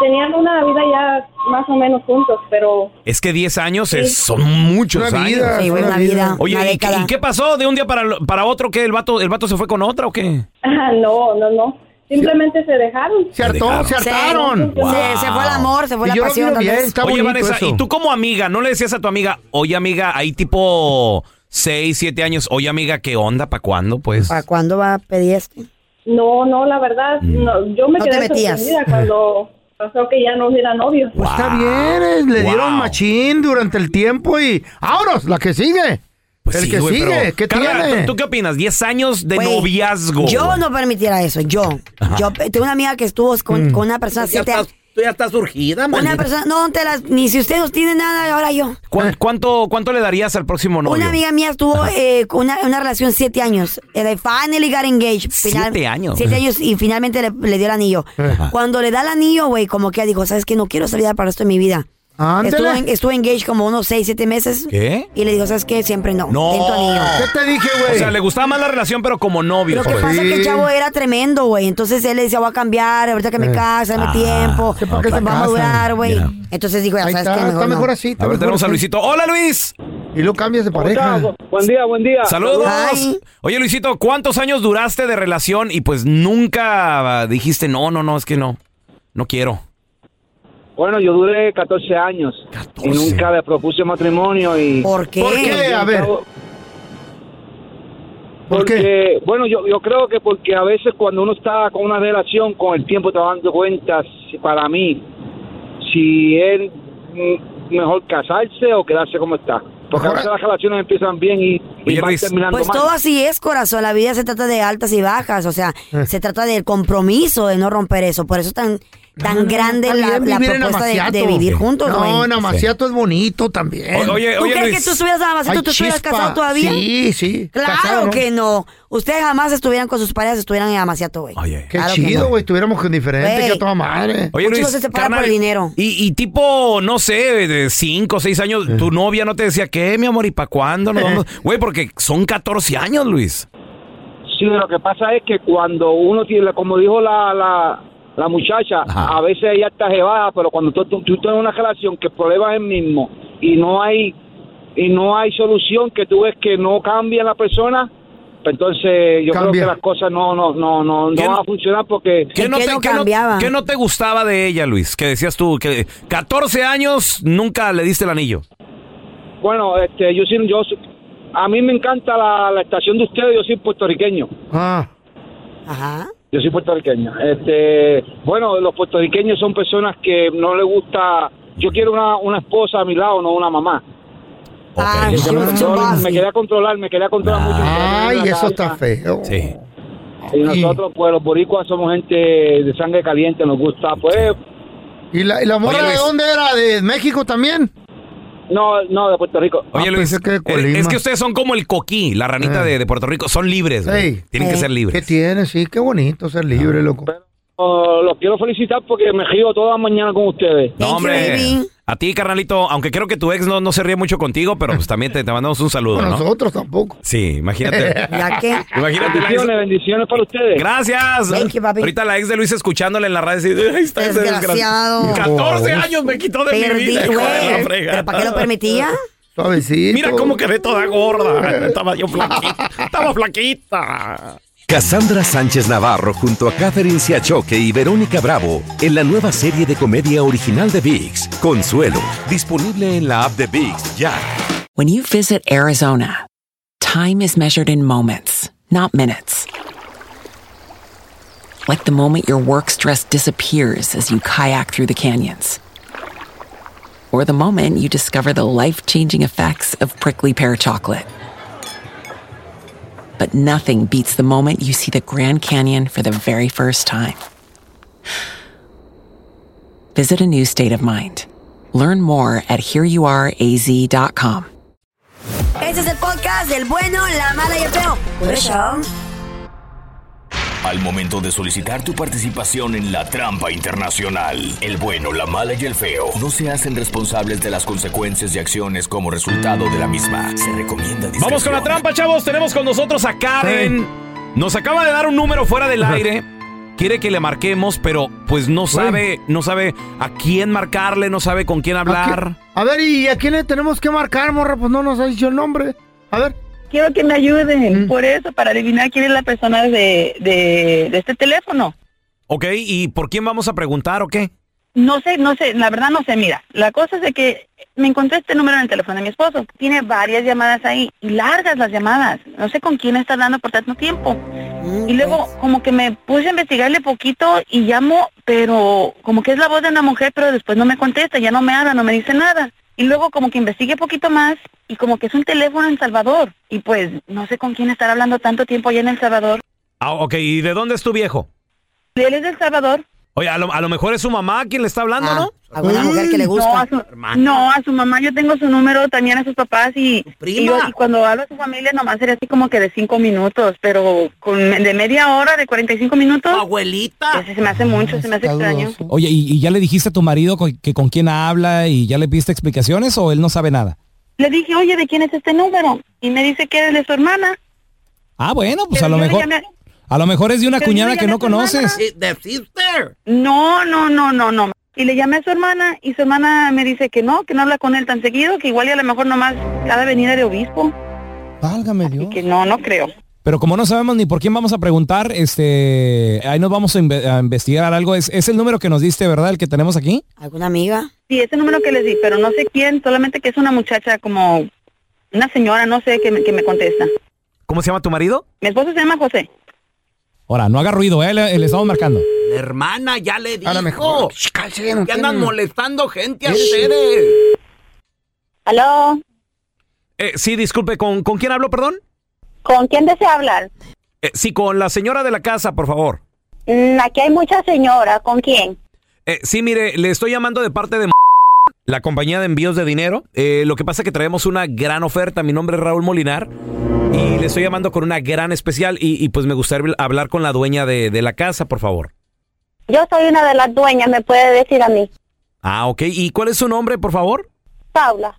[SPEAKER 14] tenían una vida ya más o menos juntos, pero
[SPEAKER 1] Es que 10 años es- son muchos
[SPEAKER 2] Una
[SPEAKER 1] años.
[SPEAKER 2] vida, Sí, güey, una una vida. vida,
[SPEAKER 1] Oye,
[SPEAKER 2] una
[SPEAKER 1] ¿y,
[SPEAKER 2] década.
[SPEAKER 1] y qué pasó de un día para, lo- para otro? ¿Qué? ¿El vato, ¿El vato se fue con otra o qué?
[SPEAKER 14] Ah, no, no, no. Simplemente se dejaron.
[SPEAKER 2] Se hartó,
[SPEAKER 1] dejaron. se hartaron.
[SPEAKER 3] Se, se- se fue el amor, se fue la pasión. tal vez.
[SPEAKER 1] Oye, Vanessa, ¿y tú como amiga no le decías a tu amiga, oye, amiga, hay tipo 6, 7 años, oye, amiga, ¿qué onda? ¿Para cuándo? Pues.
[SPEAKER 2] Ah,
[SPEAKER 3] ¿Para cuándo va a pedir esto?
[SPEAKER 14] No, no, la verdad, no, yo me
[SPEAKER 3] No te
[SPEAKER 14] quedé
[SPEAKER 3] metías.
[SPEAKER 14] sorprendida cuando pasó que ya no era novio.
[SPEAKER 2] Pues está bien, eh, le dieron machín durante el tiempo y. ¡Ahora! La que sigue. el
[SPEAKER 1] Pues Sí,
[SPEAKER 2] que
[SPEAKER 1] güey,
[SPEAKER 2] sigue.
[SPEAKER 1] pero-
[SPEAKER 2] ¿Qué
[SPEAKER 1] Carla,
[SPEAKER 2] tiene?
[SPEAKER 1] ¿tú, tú qué opinas? 10 años de
[SPEAKER 3] Güey,
[SPEAKER 1] noviazgo.
[SPEAKER 3] Yo no permitiera eso, yo.
[SPEAKER 1] Ajá.
[SPEAKER 3] Yo pe- tengo una amiga que estuvo con,
[SPEAKER 1] Mm.
[SPEAKER 3] con una persona siete años.
[SPEAKER 4] Tú ya estás surgida, man.
[SPEAKER 3] Una persona, no, te las- ni si usted no tiene nada, ahora yo.
[SPEAKER 1] ¿Cuán- ¿Cuánto, ¿Cuánto le darías al próximo novio?
[SPEAKER 3] Una amiga mía estuvo eh, con una, una relación siete años. Eh, They finally got engaged.
[SPEAKER 1] Siete años.
[SPEAKER 3] Siete años y finalmente le, le dio el anillo.
[SPEAKER 1] Ajá.
[SPEAKER 3] Cuando le da el anillo, güey, como que dijo, ¿sabes qué? No quiero salir para el resto de mi vida. Estuvo, en, estuvo engaged como unos 6, 7 meses.
[SPEAKER 1] ¿Qué?
[SPEAKER 3] Y le dijo, ¿sabes qué? Siempre no.
[SPEAKER 1] No.
[SPEAKER 3] Ten tu anillo.
[SPEAKER 2] ¿Qué te dije,
[SPEAKER 1] O sea, le gustaba más la relación, pero como novio.
[SPEAKER 3] Lo que
[SPEAKER 1] pues.
[SPEAKER 3] pasa es que el chavo era tremendo, güey. Entonces él le decía, voy a cambiar, ahorita que me
[SPEAKER 1] Eh.
[SPEAKER 3] casa, dame
[SPEAKER 1] Ah,
[SPEAKER 3] tiempo. Pues,
[SPEAKER 1] ¿para qué
[SPEAKER 3] va
[SPEAKER 1] se
[SPEAKER 3] a
[SPEAKER 1] casan?
[SPEAKER 3] madurar, güey.
[SPEAKER 1] Ya.
[SPEAKER 3] Entonces dijo, ya
[SPEAKER 2] Ahí
[SPEAKER 3] sabes
[SPEAKER 2] está,
[SPEAKER 3] que mejor,
[SPEAKER 2] está
[SPEAKER 3] no.
[SPEAKER 2] mejor así.
[SPEAKER 1] A ver, tenemos a Luisito. ¡Hola, Luis!
[SPEAKER 2] Y lo cambias de pareja.
[SPEAKER 7] Buen día, buen día.
[SPEAKER 1] Saludos. Oye, Luisito, ¿cuántos años duraste de relación y pues nunca ah, dijiste, no, no, no, es que no, no quiero?
[SPEAKER 15] Bueno, yo duré 14 años y nunca me propuse matrimonio y...
[SPEAKER 3] ¿Por qué?
[SPEAKER 2] ¿Por qué? A ver.
[SPEAKER 15] Porque, bueno, yo, yo creo que porque a veces cuando uno está con una relación, con el tiempo te vas dando cuenta, si- para mí, si es mm, mejor casarse o quedarse como está. Porque a veces las relaciones empiezan bien y, y van terminando
[SPEAKER 3] Pues
[SPEAKER 15] mal.
[SPEAKER 3] todo así es, corazón. La vida se trata de altas y bajas. O sea,
[SPEAKER 2] Eh.
[SPEAKER 3] se trata del compromiso de no romper eso. Por eso es tan, tan grande
[SPEAKER 2] Está
[SPEAKER 3] la,
[SPEAKER 2] bien
[SPEAKER 3] la
[SPEAKER 2] vivir en
[SPEAKER 3] propuesta de- de,
[SPEAKER 2] Amaciato.
[SPEAKER 3] vivir juntos, güey.
[SPEAKER 2] No, en Amaciato es bonito también.
[SPEAKER 3] O- oye, ¿Tú oye, crees Luis. que tú estuvieras en Amaciato,
[SPEAKER 2] Hay
[SPEAKER 3] tú estuvieras
[SPEAKER 2] chispa.
[SPEAKER 3] casado todavía?
[SPEAKER 2] Sí, sí.
[SPEAKER 3] Claro
[SPEAKER 2] casado, ¿no?
[SPEAKER 3] que no. Ustedes jamás estuvieran con sus parejas, estuvieran en Amaciato, güey.
[SPEAKER 2] Qué
[SPEAKER 3] Claro que
[SPEAKER 2] chido,
[SPEAKER 3] no.
[SPEAKER 2] güey. Estuviéramos con diferente,
[SPEAKER 3] Güey.
[SPEAKER 2] que a toda madre.
[SPEAKER 1] Oye, Luis, carnal, Y, y tipo, no sé, de 5 o 6 años, tu novia no te decía, ¿qué, mi amor? ¿Y para cuándo nos vamos? Güey, porque son 14 años, Luis.
[SPEAKER 15] Sí, lo que pasa es que cuando uno tiene, como dijo la, la, la muchacha, a veces ella está jebada, pero cuando tú, tú, tú tienes una relación que el problema es el mismo y no hay y no hay solución que tú ves que no cambia la persona, pues entonces yo creo
[SPEAKER 1] Cambia.
[SPEAKER 15] que las cosas no no no no, no
[SPEAKER 1] ¿Qué
[SPEAKER 15] van
[SPEAKER 1] no-
[SPEAKER 15] a funcionar porque
[SPEAKER 1] ¿Qué no, te, qué no- qué no te gustaba de ella, Luis? Que decías tú que 14 años nunca le diste el anillo.
[SPEAKER 15] bueno, este yo sí- yo sí- a mí me encanta la, la estación de ustedes, yo soy puertorriqueño.
[SPEAKER 2] Ah.
[SPEAKER 3] Ajá.
[SPEAKER 15] Yo soy puertorriqueño. Este, bueno, los puertorriqueños son personas que no les gusta. Yo quiero una, una esposa a mi lado, no una mamá. Yo me, controlo, me quería controlar, me quería controlar mucho.
[SPEAKER 2] Ay, eso está feo.
[SPEAKER 1] Sí.
[SPEAKER 15] Y nosotros, pues, los boricuas somos gente de sangre caliente, nos gusta, pues.
[SPEAKER 2] ¿Y la, y la morra
[SPEAKER 15] Oye,
[SPEAKER 2] de
[SPEAKER 15] Luis.
[SPEAKER 2] dónde era? ¿De México también? Ah,
[SPEAKER 15] No, no, de Puerto Rico.
[SPEAKER 1] Oye, Luis, eh, es que ustedes son como el coquí, la ranita
[SPEAKER 2] Eh.
[SPEAKER 1] de, de Puerto Rico. Son libres, güey.
[SPEAKER 2] Ey. Eh.
[SPEAKER 1] Tienen que
[SPEAKER 2] Ey.
[SPEAKER 1] ser libres. Ah.
[SPEAKER 2] ¿Qué tiene? Sí, qué bonito ser libre, loco.
[SPEAKER 15] Oh, los quiero felicitar porque me río toda la mañana con ustedes.
[SPEAKER 1] No, hombre. A ti, carnalito, aunque creo que tu ex no, no se ríe mucho contigo, pero pues también te, te mandamos un saludo,
[SPEAKER 2] Con
[SPEAKER 1] ¿no?
[SPEAKER 2] nosotros tampoco.
[SPEAKER 1] Sí, imagínate.
[SPEAKER 3] ¿Ya qué?
[SPEAKER 1] Imagínate la
[SPEAKER 15] bendiciones, bendiciones para ustedes.
[SPEAKER 1] Gracias.
[SPEAKER 3] Thank you, papi.
[SPEAKER 1] Ahorita la ex de Luis escuchándole en la radio. Así, "Ahí está ese
[SPEAKER 3] Desgraciado.
[SPEAKER 1] desgraciado". 14
[SPEAKER 2] Oh.
[SPEAKER 1] años me quitó de mi
[SPEAKER 3] Perdí,
[SPEAKER 1] vida. hijo de la
[SPEAKER 3] güey.
[SPEAKER 1] frega.
[SPEAKER 3] ¿Pero para qué lo permitía?
[SPEAKER 2] Suavecito.
[SPEAKER 1] Mira cómo quedé toda gorda. Estaba yo flaquita. Estaba flaquita.
[SPEAKER 11] Cassandra Sánchez Navarro junto a Catherine Siachoque y Verónica Bravo en la nueva serie de comedia original de VIX, Consuelo, disponible en la app de VIX ya.
[SPEAKER 16] When you visit Arizona, time is measured in moments, not minutes. Like the moment your work stress disappears as you kayak through the canyons, or the moment you discover the life changing effects of prickly pear chocolate. But nothing beats the moment you see the Grand Canyon for the very first time. Visit a new state of mind. Learn more at hereyouareaz.com.
[SPEAKER 3] Ese Este es el podcast del bueno, la mala y el feo. Por eso.
[SPEAKER 17] Al momento de solicitar tu participación en la trampa internacional, el bueno, la mala y el feo no se hacen responsables de las consecuencias y acciones como resultado de la misma. Se recomienda discreción.
[SPEAKER 1] Vamos con la trampa, chavos. Tenemos con nosotros a Karen. Nos acaba de dar un número fuera del aire. Quiere que le marquemos, pero pues no sabe, no sabe a quién marcarle, no sabe con quién hablar.
[SPEAKER 2] A ver, ¿y a quién le tenemos que marcar, morra? Pues no nos ha dicho el nombre. A ver. Mm.
[SPEAKER 18] Quiero que me ayuden, por eso, para adivinar quién es la persona de, de, de este teléfono.
[SPEAKER 1] Ok, ¿y por quién vamos a preguntar o qué?
[SPEAKER 18] No sé, no sé, la verdad no sé, mira, la cosa es de que me encontré este número en el teléfono de mi esposo. Tiene varias llamadas ahí, y largas las llamadas. No sé con quién está hablando por tanto tiempo. Y luego como que me puse a investigarle poquito y llamo, pero como que es la voz de una mujer, pero después no me contesta, ya no me habla, no me dice nada. Y luego como que investigué poquito más y como que es un teléfono en Salvador. Y pues no sé con quién estar hablando tanto tiempo allá en El Salvador.
[SPEAKER 1] Ah, ok, ¿y de dónde es tu viejo?
[SPEAKER 18] Él es de El Salvador.
[SPEAKER 1] Oye, a lo, a lo mejor es su mamá quien le está
[SPEAKER 18] Ah,
[SPEAKER 1] hablando, ¿no?
[SPEAKER 3] Alguna mujer que le
[SPEAKER 18] No,
[SPEAKER 3] gusta.
[SPEAKER 18] a su, no, a su mamá yo tengo su número, también a sus papás y, y, yo- y cuando hablo a su familia nomás sería así como que de cinco minutos, pero con, de media hora, de 45 minutos. Abuelita. Se me hace mucho, se me hace extraño.
[SPEAKER 19] Oye, ¿y, y ya le dijiste a tu marido co- que con quién habla y ya le pidiste explicaciones o él no sabe nada?
[SPEAKER 18] Le dije, oye, ¿de quién es este número? Y me dice que es de su hermana.
[SPEAKER 19] Ah, bueno, pues
[SPEAKER 18] Pero
[SPEAKER 19] a lo
[SPEAKER 18] yo le
[SPEAKER 19] mejor
[SPEAKER 18] llamé-
[SPEAKER 19] a lo mejor es de una
[SPEAKER 18] Pero yo
[SPEAKER 19] cuñada
[SPEAKER 18] le
[SPEAKER 19] que
[SPEAKER 18] llamé
[SPEAKER 19] no
[SPEAKER 18] a tu hermana.
[SPEAKER 19] conoces.
[SPEAKER 4] Eh,
[SPEAKER 18] No, no, no, no, no. Y le llamé a su hermana y su hermana me dice que no, que no habla con él tan seguido, que igual y a lo mejor nomás cada venida de obispo.
[SPEAKER 19] Válgame Dios.
[SPEAKER 18] Que no, no creo.
[SPEAKER 19] Pero como no sabemos ni por quién vamos a preguntar, este, ahí nos vamos a, inve- a investigar algo. Es, es el número que nos diste, ¿verdad? El que tenemos aquí.
[SPEAKER 3] ¿Alguna amiga?
[SPEAKER 18] Sí, ese número que les di, pero no sé quién, solamente que es una muchacha como una señora, no sé, que me, que me contesta.
[SPEAKER 1] ¿Cómo se llama tu marido?
[SPEAKER 18] Mi esposo se llama José.
[SPEAKER 19] Ahora, no haga ruido, ¿eh? le, le estamos marcando.
[SPEAKER 4] La hermana ya le dijo. A lo mejor. Que
[SPEAKER 19] tiene-
[SPEAKER 4] andan molestando gente a
[SPEAKER 19] Shh.
[SPEAKER 4] ustedes.
[SPEAKER 20] ¿Aló?
[SPEAKER 1] Eh, sí, disculpe, ¿con, ¿con quién hablo, perdón?
[SPEAKER 20] ¿Con quién desea hablar?
[SPEAKER 1] Eh, sí, con la señora de la casa, por favor.
[SPEAKER 20] Mm, aquí hay muchas señoras. ¿Con quién?
[SPEAKER 1] Eh, sí, mire, le estoy llamando de parte de la compañía de envíos de dinero. Eh, lo que pasa es que traemos una gran oferta. Mi nombre es Raúl Molinar y le estoy llamando con una gran especial y, y, pues me gustaría hablar con la dueña de, de la casa, por favor.
[SPEAKER 20] Yo soy una de las dueñas, me puede decir a mí.
[SPEAKER 1] Ah, ok. ¿Y cuál es su nombre, por favor?
[SPEAKER 20] Paula.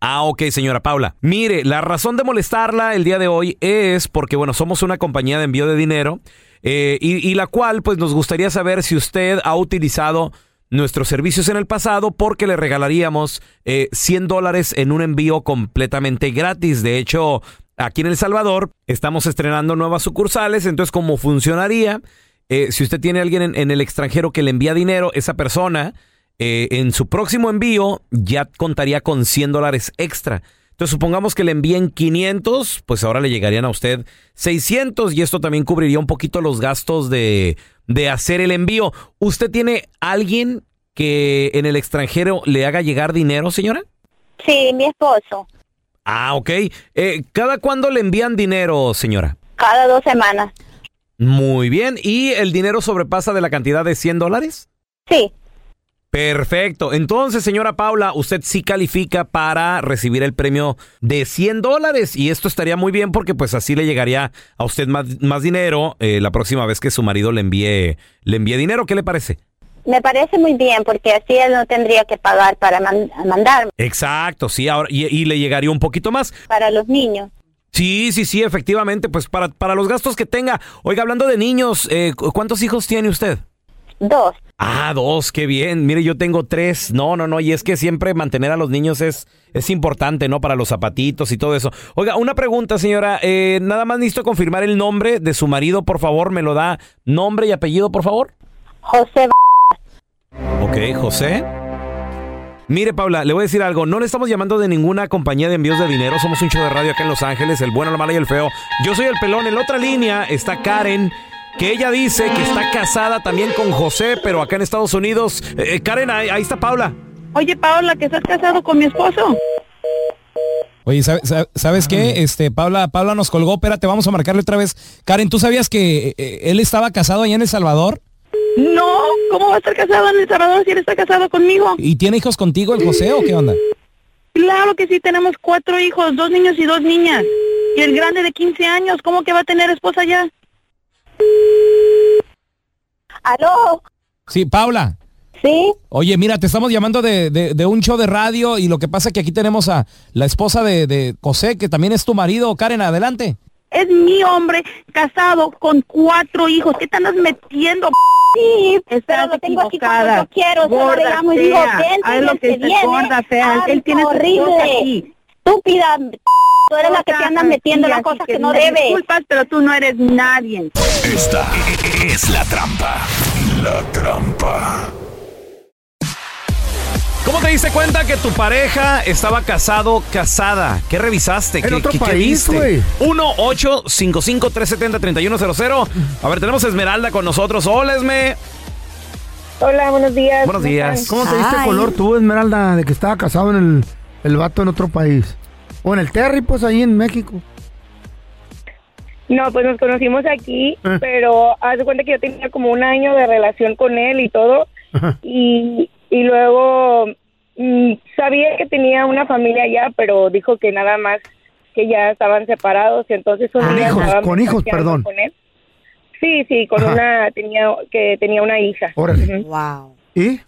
[SPEAKER 1] Ah, ok, señora Paula. Mire, la razón de molestarla el día de hoy es porque, bueno, somos una compañía de envío de dinero eh, y, y la cual, pues, nos gustaría saber si usted ha utilizado nuestros servicios en el pasado porque le regalaríamos eh, 100 dólares en un envío completamente gratis. De hecho, aquí en El Salvador estamos estrenando nuevas sucursales, entonces, ¿cómo funcionaría? Eh, si usted tiene alguien en- en el extranjero que le envía dinero, esa persona eh, en su próximo envío ya contaría con 100 dólares extra. Entonces supongamos que le envíen 500, pues ahora le llegarían a usted 600 y esto también cubriría un poquito los gastos de, de hacer el envío. ¿Usted tiene alguien que en el extranjero le haga llegar dinero, señora?
[SPEAKER 20] Sí, mi esposo.
[SPEAKER 1] Ah, ok. Eh, ¿Cada cuándo le envían dinero, señora?
[SPEAKER 20] Cada dos semanas.
[SPEAKER 1] Muy bien. ¿Y el dinero sobrepasa de la cantidad de 100 dólares?
[SPEAKER 20] Sí.
[SPEAKER 1] Perfecto. Entonces, señora Paula, usted sí califica para recibir el premio de 100 dólares y esto estaría muy bien porque pues así le llegaría a usted más, más dinero eh, la próxima vez que su marido le envíe, le envíe dinero. ¿Qué le parece?
[SPEAKER 20] Me parece muy bien porque así él no tendría que pagar para man- mandarme,
[SPEAKER 1] Exacto, sí, ahora y, y le llegaría un poquito más.
[SPEAKER 20] para los niños.
[SPEAKER 1] Sí, sí, sí, efectivamente, pues para, para los gastos que tenga. Oiga, hablando de niños, eh, ¿cu- ¿cuántos hijos tiene usted?
[SPEAKER 20] Dos.
[SPEAKER 1] Ah, dos, qué bien. Mire, yo tengo tres. No, no, no. Y es que siempre mantener a los niños es, es importante, ¿no? Para los zapatitos y todo eso. Oiga, una pregunta, señora. Eh, nada más necesito confirmar el nombre de su marido, por favor. ¿Me lo da nombre y apellido, por favor?
[SPEAKER 20] José.
[SPEAKER 1] Ok, José. Mire, Paula, le voy a decir algo. No le estamos llamando de ninguna compañía de envíos de dinero. Somos un show de radio acá en Los Ángeles, el bueno, la mala y el feo. Yo soy el pelón. En la otra línea está Karen, que ella dice que está casada también con José, pero acá en Estados Unidos. Eh, eh, Karen, ahí, ahí está Paula.
[SPEAKER 18] Oye, Paula, que estás casado con mi esposo.
[SPEAKER 19] Oye, ¿sabe- sabe- ¿sabes qué? Este, Paula, Paula nos colgó, espérate, vamos a marcarle otra vez. Karen, ¿tú sabías que eh, él estaba casado allá en El Salvador?
[SPEAKER 18] No, ¿cómo va a estar casado en El Salvador si él está casado conmigo?
[SPEAKER 19] ¿Y tiene hijos contigo el José o qué onda?
[SPEAKER 18] Claro que sí, tenemos cuatro hijos, dos niños y dos niñas. Y el grande de 15 años, ¿cómo que va a tener esposa ya?
[SPEAKER 20] ¿Aló?
[SPEAKER 19] Sí, Paula.
[SPEAKER 20] Sí.
[SPEAKER 19] Oye, mira, te estamos llamando de, de- de un show de radio y lo que pasa es que aquí tenemos a la esposa de, de José, que también es tu marido. Karen, adelante.
[SPEAKER 18] Es mi hombre casado con cuatro hijos. ¿Qué te andas metiendo? p-?
[SPEAKER 20] Sí,
[SPEAKER 18] Estás
[SPEAKER 20] lo tengo aquí cuando
[SPEAKER 18] equivocada.
[SPEAKER 20] yo quiero, solo
[SPEAKER 18] Gorda,
[SPEAKER 20] le llamo y digo,
[SPEAKER 18] fea.
[SPEAKER 20] "Vente", y
[SPEAKER 18] Haz
[SPEAKER 20] él
[SPEAKER 18] lo
[SPEAKER 20] se
[SPEAKER 18] que te
[SPEAKER 20] viene.
[SPEAKER 18] gorda, fea. Él
[SPEAKER 20] Hábito
[SPEAKER 18] tiene sus
[SPEAKER 20] horrible.
[SPEAKER 18] cosas aquí.
[SPEAKER 20] Estúpida. Tú eres la que te andas metiendo
[SPEAKER 18] Sí,
[SPEAKER 20] las
[SPEAKER 18] así
[SPEAKER 20] cosas que
[SPEAKER 18] que
[SPEAKER 20] no
[SPEAKER 18] me
[SPEAKER 20] debes.
[SPEAKER 18] disculpas, pero tú no eres nadie.
[SPEAKER 10] Esta es la trampa. La trampa.
[SPEAKER 1] ¿Cómo te diste cuenta que tu pareja estaba casado, casada? ¿Qué revisaste?
[SPEAKER 2] En
[SPEAKER 1] ¿Qué,
[SPEAKER 2] otro
[SPEAKER 1] qué- qué
[SPEAKER 2] país,
[SPEAKER 1] viste?
[SPEAKER 2] güey.
[SPEAKER 1] 1-855-370-3100. A ver, tenemos a Esmeralda con nosotros. Hola, Esme.
[SPEAKER 21] Hola, buenos días.
[SPEAKER 1] Buenos días.
[SPEAKER 2] ¿Cómo te diste color tú, Esmeralda, de que estaba casado en el, el vato en otro país? O en el Terry, pues ahí en México.
[SPEAKER 21] No, pues nos conocimos aquí,
[SPEAKER 2] Ah.
[SPEAKER 21] pero haz de cuenta que yo tenía como un año de relación con él y todo. Y, y luego mm, sabía que tenía una familia ya, pero dijo que nada más que ya estaban separados. Entonces un
[SPEAKER 2] Con
[SPEAKER 21] día
[SPEAKER 2] hijos,
[SPEAKER 21] estaba
[SPEAKER 2] con hijos,
[SPEAKER 21] mensajeando
[SPEAKER 2] perdón.
[SPEAKER 21] con él. Sí, sí, con
[SPEAKER 2] Ajá.
[SPEAKER 21] una tenía que tenía una hija.
[SPEAKER 2] Órale.
[SPEAKER 21] Wow.
[SPEAKER 2] ¿Y?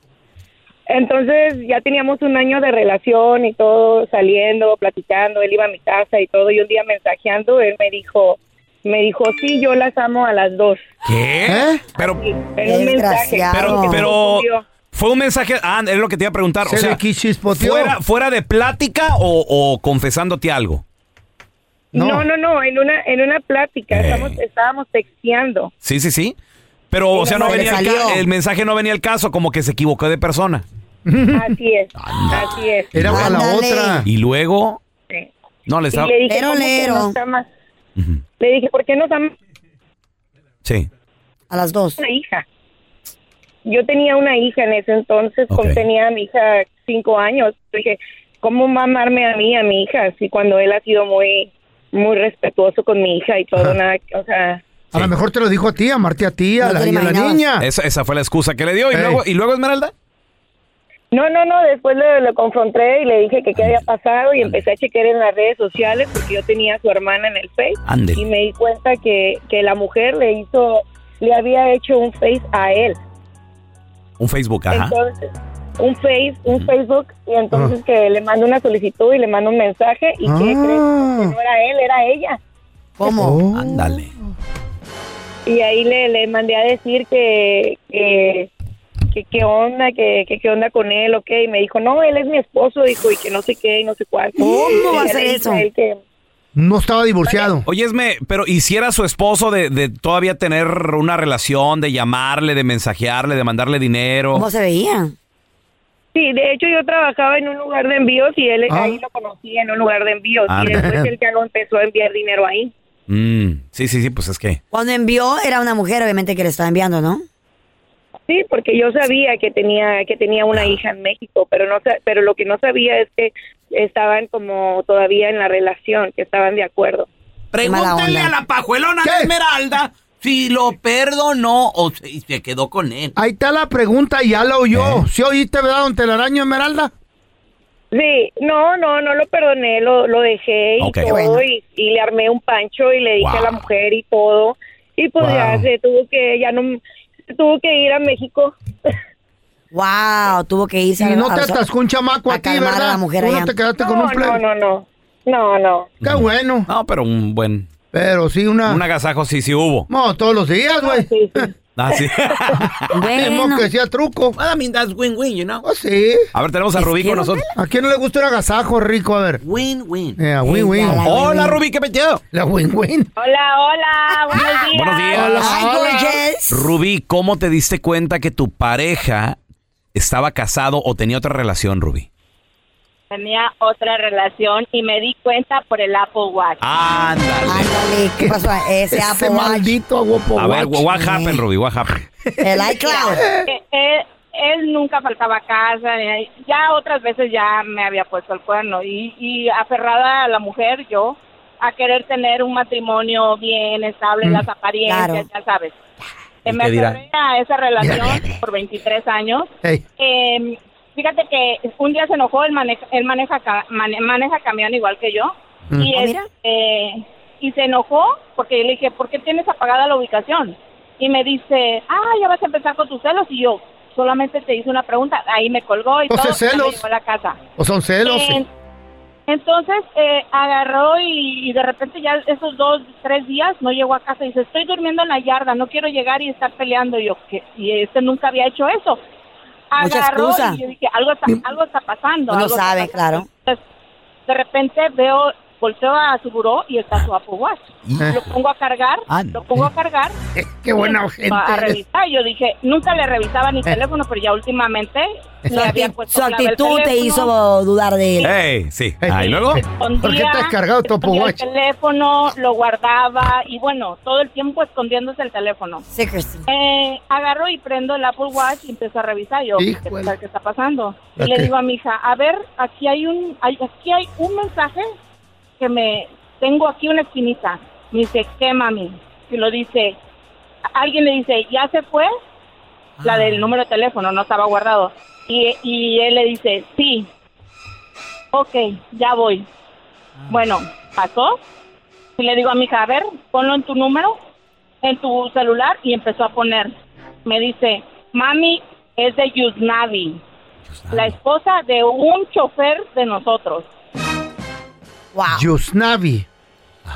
[SPEAKER 21] Entonces ya teníamos un año de relación y todo, saliendo, platicando, él iba a mi casa y todo, y un día mensajeando, él me dijo, me dijo, sí, yo las amo a las dos.
[SPEAKER 1] ¿Qué?
[SPEAKER 2] ¿Eh?
[SPEAKER 1] Pero,
[SPEAKER 21] En un mensaje.
[SPEAKER 1] pero, pero fue un mensaje. Ah, es lo que te iba a preguntar.
[SPEAKER 2] Se
[SPEAKER 1] o sea,
[SPEAKER 2] le quichispoteó.
[SPEAKER 1] fuera, fuera de plática o, o confesándote algo.
[SPEAKER 21] No. no, no, en una, en una plática,
[SPEAKER 2] Eh.
[SPEAKER 21] estamos- estábamos texteando.
[SPEAKER 1] Sí, sí, sí. Pero, o sea, no
[SPEAKER 21] nomás le
[SPEAKER 1] venía al ca-
[SPEAKER 21] salió.
[SPEAKER 1] el mensaje no venía al caso, como que se equivocó de persona.
[SPEAKER 21] Así es, así es.
[SPEAKER 2] Era para la Ándale. otra.
[SPEAKER 1] Y luego.
[SPEAKER 21] Sí.
[SPEAKER 1] No, le estaba.
[SPEAKER 21] Y le dije,
[SPEAKER 3] Lero,
[SPEAKER 21] "¿Cómo que
[SPEAKER 3] lero".
[SPEAKER 21] nos amas? Le dije, ¿por qué nos amas?
[SPEAKER 1] Sí.
[SPEAKER 3] A las dos.
[SPEAKER 21] Una hija. Yo tenía una hija en ese entonces,
[SPEAKER 1] como
[SPEAKER 21] tenía a mi hija cinco años. Dije, ¿cómo va a amarme a mí, a mi hija? Así cuando él ha sido muy, muy respetuoso con mi hija y todo, nada, o sea...
[SPEAKER 2] A lo mejor te lo dijo a ti, a Marti, a ti, a,
[SPEAKER 21] No
[SPEAKER 2] la,
[SPEAKER 21] te
[SPEAKER 2] y a la
[SPEAKER 21] imaginabas.
[SPEAKER 2] niña.
[SPEAKER 1] Esa, esa fue la excusa que le dio. ¿Y,
[SPEAKER 2] Ey.
[SPEAKER 1] luego, ¿y luego Esmeralda?
[SPEAKER 21] No, no, no, después le- lo confronté y le dije que qué había pasado y empecé a chequear en las redes sociales porque yo tenía a su hermana en el Face
[SPEAKER 1] Ándele.
[SPEAKER 21] y me di cuenta que, que la mujer le hizo, le había hecho un Face a él.
[SPEAKER 1] Un Facebook, ajá. Mm. Ah.
[SPEAKER 21] Entonces, un Face, un Facebook y entonces que le mando una solicitud y le mando un mensaje y que crees que no era él, era ella.
[SPEAKER 2] Oh.
[SPEAKER 1] ¿Cómo? Ándale.
[SPEAKER 21] Y ahí le, le mandé a decir que que que qué onda, que que qué onda con él, ok, y me dijo, "No, él es mi esposo", dijo, y que no sé qué, y no sé cuánto.
[SPEAKER 2] ¿Cómo va a
[SPEAKER 21] Y ya le
[SPEAKER 2] ser
[SPEAKER 21] dije
[SPEAKER 2] eso?
[SPEAKER 21] él que-
[SPEAKER 2] No estaba divorciado.
[SPEAKER 1] Oye, Esme, pero ¿y si era su esposo de, de todavía tener una relación, de llamarle, de mensajearle, de mandarle dinero?
[SPEAKER 21] veía? Sí, de hecho yo trabajaba en un lugar de envíos y él
[SPEAKER 1] Ah.
[SPEAKER 21] ahí lo conocí en un lugar de envíos
[SPEAKER 1] Ah.
[SPEAKER 21] y después él ya no empezó a enviar dinero ahí.
[SPEAKER 1] Mm, sí, sí, sí, pues es que.
[SPEAKER 3] Cuando envió, era una mujer, obviamente, que le estaba enviando, ¿no?
[SPEAKER 21] Sí, porque yo sabía que tenía que tenía una hija en México, pero no sa- pero lo que no sabía es que estaban como todavía en la relación, que estaban de acuerdo.
[SPEAKER 4] Pregúntale a la pajuelona de Esmeralda si lo perdonó o si se quedó con él.
[SPEAKER 2] Ahí está la pregunta, ya la
[SPEAKER 1] ¿Eh?
[SPEAKER 2] oyó. ¿Sí oíste, verdad, don Telaraño Esmeralda?
[SPEAKER 21] Sí, Eh, no, no, no lo perdoné, lo, lo dejé y
[SPEAKER 2] Ok.
[SPEAKER 21] todo,
[SPEAKER 2] Bueno.
[SPEAKER 21] y, y le armé un pancho y le dije
[SPEAKER 2] Wow.
[SPEAKER 21] a la mujer y todo, y pues ya
[SPEAKER 3] Wow.
[SPEAKER 21] se tuvo que, ya no, se tuvo que ir a México.
[SPEAKER 3] Wow, tuvo que irse.
[SPEAKER 21] Y
[SPEAKER 3] a-
[SPEAKER 21] no
[SPEAKER 3] a-
[SPEAKER 21] te atascó un
[SPEAKER 2] chamaco
[SPEAKER 3] a
[SPEAKER 21] a ti,
[SPEAKER 3] calmar a la
[SPEAKER 21] ¿verdad?
[SPEAKER 3] mujer
[SPEAKER 21] Tú no
[SPEAKER 3] allá.
[SPEAKER 21] te quedaste con No, un ple- no, no, no. No, no.
[SPEAKER 2] Qué bueno.
[SPEAKER 1] No, pero un buen.
[SPEAKER 2] Pero sí, una.
[SPEAKER 1] Un agasajo sí, sí hubo.
[SPEAKER 2] No, todos los días, güey.
[SPEAKER 1] Ah, sí.
[SPEAKER 2] Tenemos que sea truco.
[SPEAKER 4] I mean, that's win-win, you know?
[SPEAKER 2] Ah, sí.
[SPEAKER 1] A ver, tenemos a Rubí con nosotros.
[SPEAKER 2] ¿A quién no le gusta un agasajo rico? A ver.
[SPEAKER 4] Win-win.
[SPEAKER 2] Eh, win, win.
[SPEAKER 4] Hola,
[SPEAKER 1] Rubí, ¿qué metió?
[SPEAKER 2] La win, win.
[SPEAKER 21] Hola, hola, buenos días.
[SPEAKER 1] Ah, Buenos días.
[SPEAKER 21] Ay,
[SPEAKER 1] Rubí, ¿cómo te diste cuenta que tu pareja estaba casado o tenía otra relación, Rubí?
[SPEAKER 22] tenía otra relación y me di cuenta por el Apple Watch.
[SPEAKER 1] Ándale.
[SPEAKER 3] Ándale, ¿qué pasó? Ese, Apple Watch.
[SPEAKER 2] Oh,
[SPEAKER 1] A ver, what happened, Rubí? What happened?
[SPEAKER 3] El iCloud.
[SPEAKER 22] Eh, Él, él nunca faltaba a casa, eh, ya otras veces ya me había puesto el cuerno y, y aferrada a la mujer yo a querer tener un matrimonio bien estable, las apariencias,
[SPEAKER 23] claro.
[SPEAKER 22] ya sabes.
[SPEAKER 23] ¿Y
[SPEAKER 22] Eh, Me
[SPEAKER 23] qué dirá?
[SPEAKER 22] aferré a esa relación por 23 años. Eh, fíjate que un día se enojó, él maneja, él maneja, ca- mane- maneja camión igual que yo.
[SPEAKER 5] Mm.
[SPEAKER 22] Y,
[SPEAKER 5] Ah,
[SPEAKER 22] este, y se enojó porque yo le dije, ¿por qué tienes apagada la ubicación? Y me dice, ah, ya vas a empezar con tus celos. Y yo, solamente te hice una pregunta. Ahí me colgó y
[SPEAKER 2] Pues
[SPEAKER 22] todo,
[SPEAKER 2] es
[SPEAKER 22] ya me
[SPEAKER 2] celos.
[SPEAKER 22] llevó a la casa.
[SPEAKER 2] ¿O son celos?
[SPEAKER 22] En- entonces eh, agarró y, y de repente ya esos dos, tres días no llegó a casa y dice, estoy durmiendo en la yarda, no quiero llegar y estar peleando. Y yo, que Y este nunca había hecho eso.
[SPEAKER 3] Mucha
[SPEAKER 22] Agarró
[SPEAKER 3] excusa.
[SPEAKER 22] y yo dije, algo está, algo está pasando.
[SPEAKER 3] No lo
[SPEAKER 22] algo está
[SPEAKER 3] sabe,
[SPEAKER 22] pasando".
[SPEAKER 3] claro.
[SPEAKER 22] Entonces, de repente veo, volteo a su buró y está su Apple Watch. Lo pongo a cargar, lo pongo a cargar.
[SPEAKER 2] Ah, Qué buena
[SPEAKER 22] y
[SPEAKER 2] gente. Eh.
[SPEAKER 22] A revisar, yo dije, nunca le revisaba ni teléfono, pero ya últimamente
[SPEAKER 3] Su,
[SPEAKER 22] le
[SPEAKER 3] acti-
[SPEAKER 22] había puesto
[SPEAKER 3] su
[SPEAKER 22] clave al
[SPEAKER 3] actitud te
[SPEAKER 22] teléfono.
[SPEAKER 3] hizo dudar de él.
[SPEAKER 1] Ey, sí. Ah, ¿y luego?
[SPEAKER 22] escondía,
[SPEAKER 2] ¿Por qué estás cargado tu Apple
[SPEAKER 24] pues,
[SPEAKER 22] escondía
[SPEAKER 2] Watch?
[SPEAKER 22] El teléfono lo guardaba y bueno, todo el tiempo escondiéndose el teléfono. Eh, agarro y prendo el Apple Watch y empiezo a revisar yo
[SPEAKER 24] Híjole.
[SPEAKER 22] ¿qué tal que está pasando. Y
[SPEAKER 24] Ok.
[SPEAKER 22] le digo a mi hija, a ver, aquí hay un, hay- aquí hay un mensaje que me tengo aquí una esquinita. Me dice, ¿qué mami? Y lo dice, alguien le dice, ¿ya se fue? La del número de teléfono, no estaba guardado. Y, y él le dice, sí. Ok, ya voy. Bueno, pasó. Y le digo a mi hija, a ver, ponlo en tu número, en tu celular, y empezó a poner. Me dice, mami, es de Yusnavi, la esposa de un chofer de nosotros.
[SPEAKER 3] Wow.
[SPEAKER 2] Yusnavi.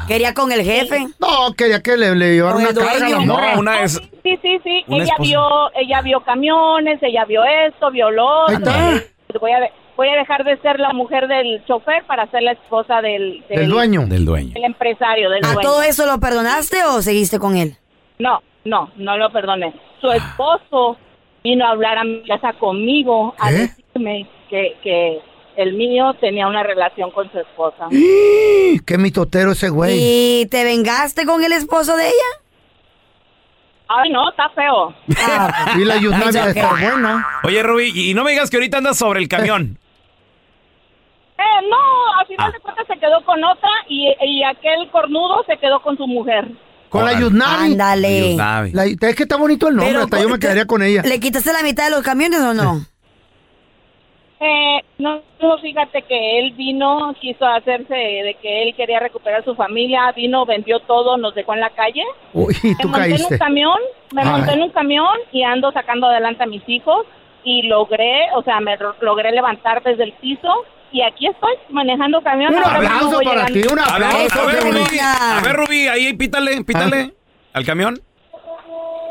[SPEAKER 3] Quería con el jefe.
[SPEAKER 2] No, quería que le, le llevara
[SPEAKER 3] Con
[SPEAKER 2] una
[SPEAKER 3] el dueño.
[SPEAKER 2] carga a la
[SPEAKER 3] No,
[SPEAKER 2] morra.
[SPEAKER 1] una es...
[SPEAKER 22] Sí, sí, sí.
[SPEAKER 2] Una
[SPEAKER 22] Ella
[SPEAKER 2] esposa.
[SPEAKER 22] vio, ella vio camiones, ella vio esto, vio lo otro. Pues Voy a, de- voy a dejar de ser la mujer del chofer para ser la esposa del,
[SPEAKER 3] Del dueño.
[SPEAKER 1] Del dueño.
[SPEAKER 22] del empresario, del
[SPEAKER 3] ¿A
[SPEAKER 22] dueño.
[SPEAKER 3] todo eso lo perdonaste o seguiste con él?
[SPEAKER 22] No, no, no lo perdoné. Su esposo vino a hablar a mi casa conmigo a decirme que, que el mío tenía una relación con su esposa.
[SPEAKER 2] ¡Ih! ¡Qué mitotero ese güey!
[SPEAKER 3] ¿Y te vengaste con el esposo de ella?
[SPEAKER 22] Ay, no, está feo.
[SPEAKER 3] Ah,
[SPEAKER 2] Y la Yusnavi
[SPEAKER 22] It's
[SPEAKER 2] está
[SPEAKER 22] okay.
[SPEAKER 2] buena.
[SPEAKER 1] Oye, Ruby, y y no me digas que ahorita andas sobre el camión.
[SPEAKER 22] Eh, no, al final de cuentas se quedó con otra y, y aquel cornudo se quedó con su mujer.
[SPEAKER 2] Con la Yusnavi.
[SPEAKER 3] Ándale.
[SPEAKER 2] La- es que está bonito el nombre,
[SPEAKER 3] Pero
[SPEAKER 2] hasta yo me
[SPEAKER 3] con- te-
[SPEAKER 2] quedaría con ella.
[SPEAKER 3] ¿Le quitaste la mitad de los camiones o no?
[SPEAKER 22] Eh, no, no, fíjate que él vino, quiso hacerse de que él quería recuperar su familia, vino, vendió todo, nos dejó en la calle.
[SPEAKER 2] Uy,
[SPEAKER 22] me
[SPEAKER 2] tú
[SPEAKER 22] monté en un
[SPEAKER 2] caíste. Ah.
[SPEAKER 22] camión, me
[SPEAKER 2] Ay.
[SPEAKER 22] monté en un camión y ando sacando adelante a mis hijos y logré, o sea, me ro- logré levantar desde el piso y aquí estoy manejando camión.
[SPEAKER 2] Un
[SPEAKER 22] Ahora mismo
[SPEAKER 2] aplauso
[SPEAKER 22] voy
[SPEAKER 2] para
[SPEAKER 22] llegando.
[SPEAKER 2] ti, un
[SPEAKER 1] A ver,
[SPEAKER 2] aplauso,
[SPEAKER 1] a ver,
[SPEAKER 2] qué
[SPEAKER 1] Ruby,
[SPEAKER 2] bonita.
[SPEAKER 1] a ver, Ruby, ahí pítale, pítale al camión. Eh,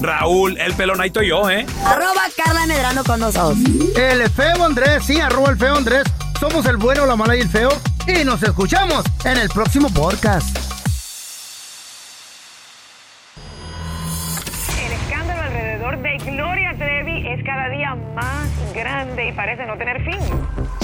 [SPEAKER 1] Raúl el Pelón, ahí estoy yo, ¿eh?
[SPEAKER 3] Arroba Carla Medrano con nosotros.
[SPEAKER 2] El feo Andrés, sí, arroba el feo Andrés. Somos el bueno, la mala y el feo. Y nos escuchamos en el próximo podcast.
[SPEAKER 23] El escándalo alrededor de Gloria Trevi es cada día más grande y parece no tener fin.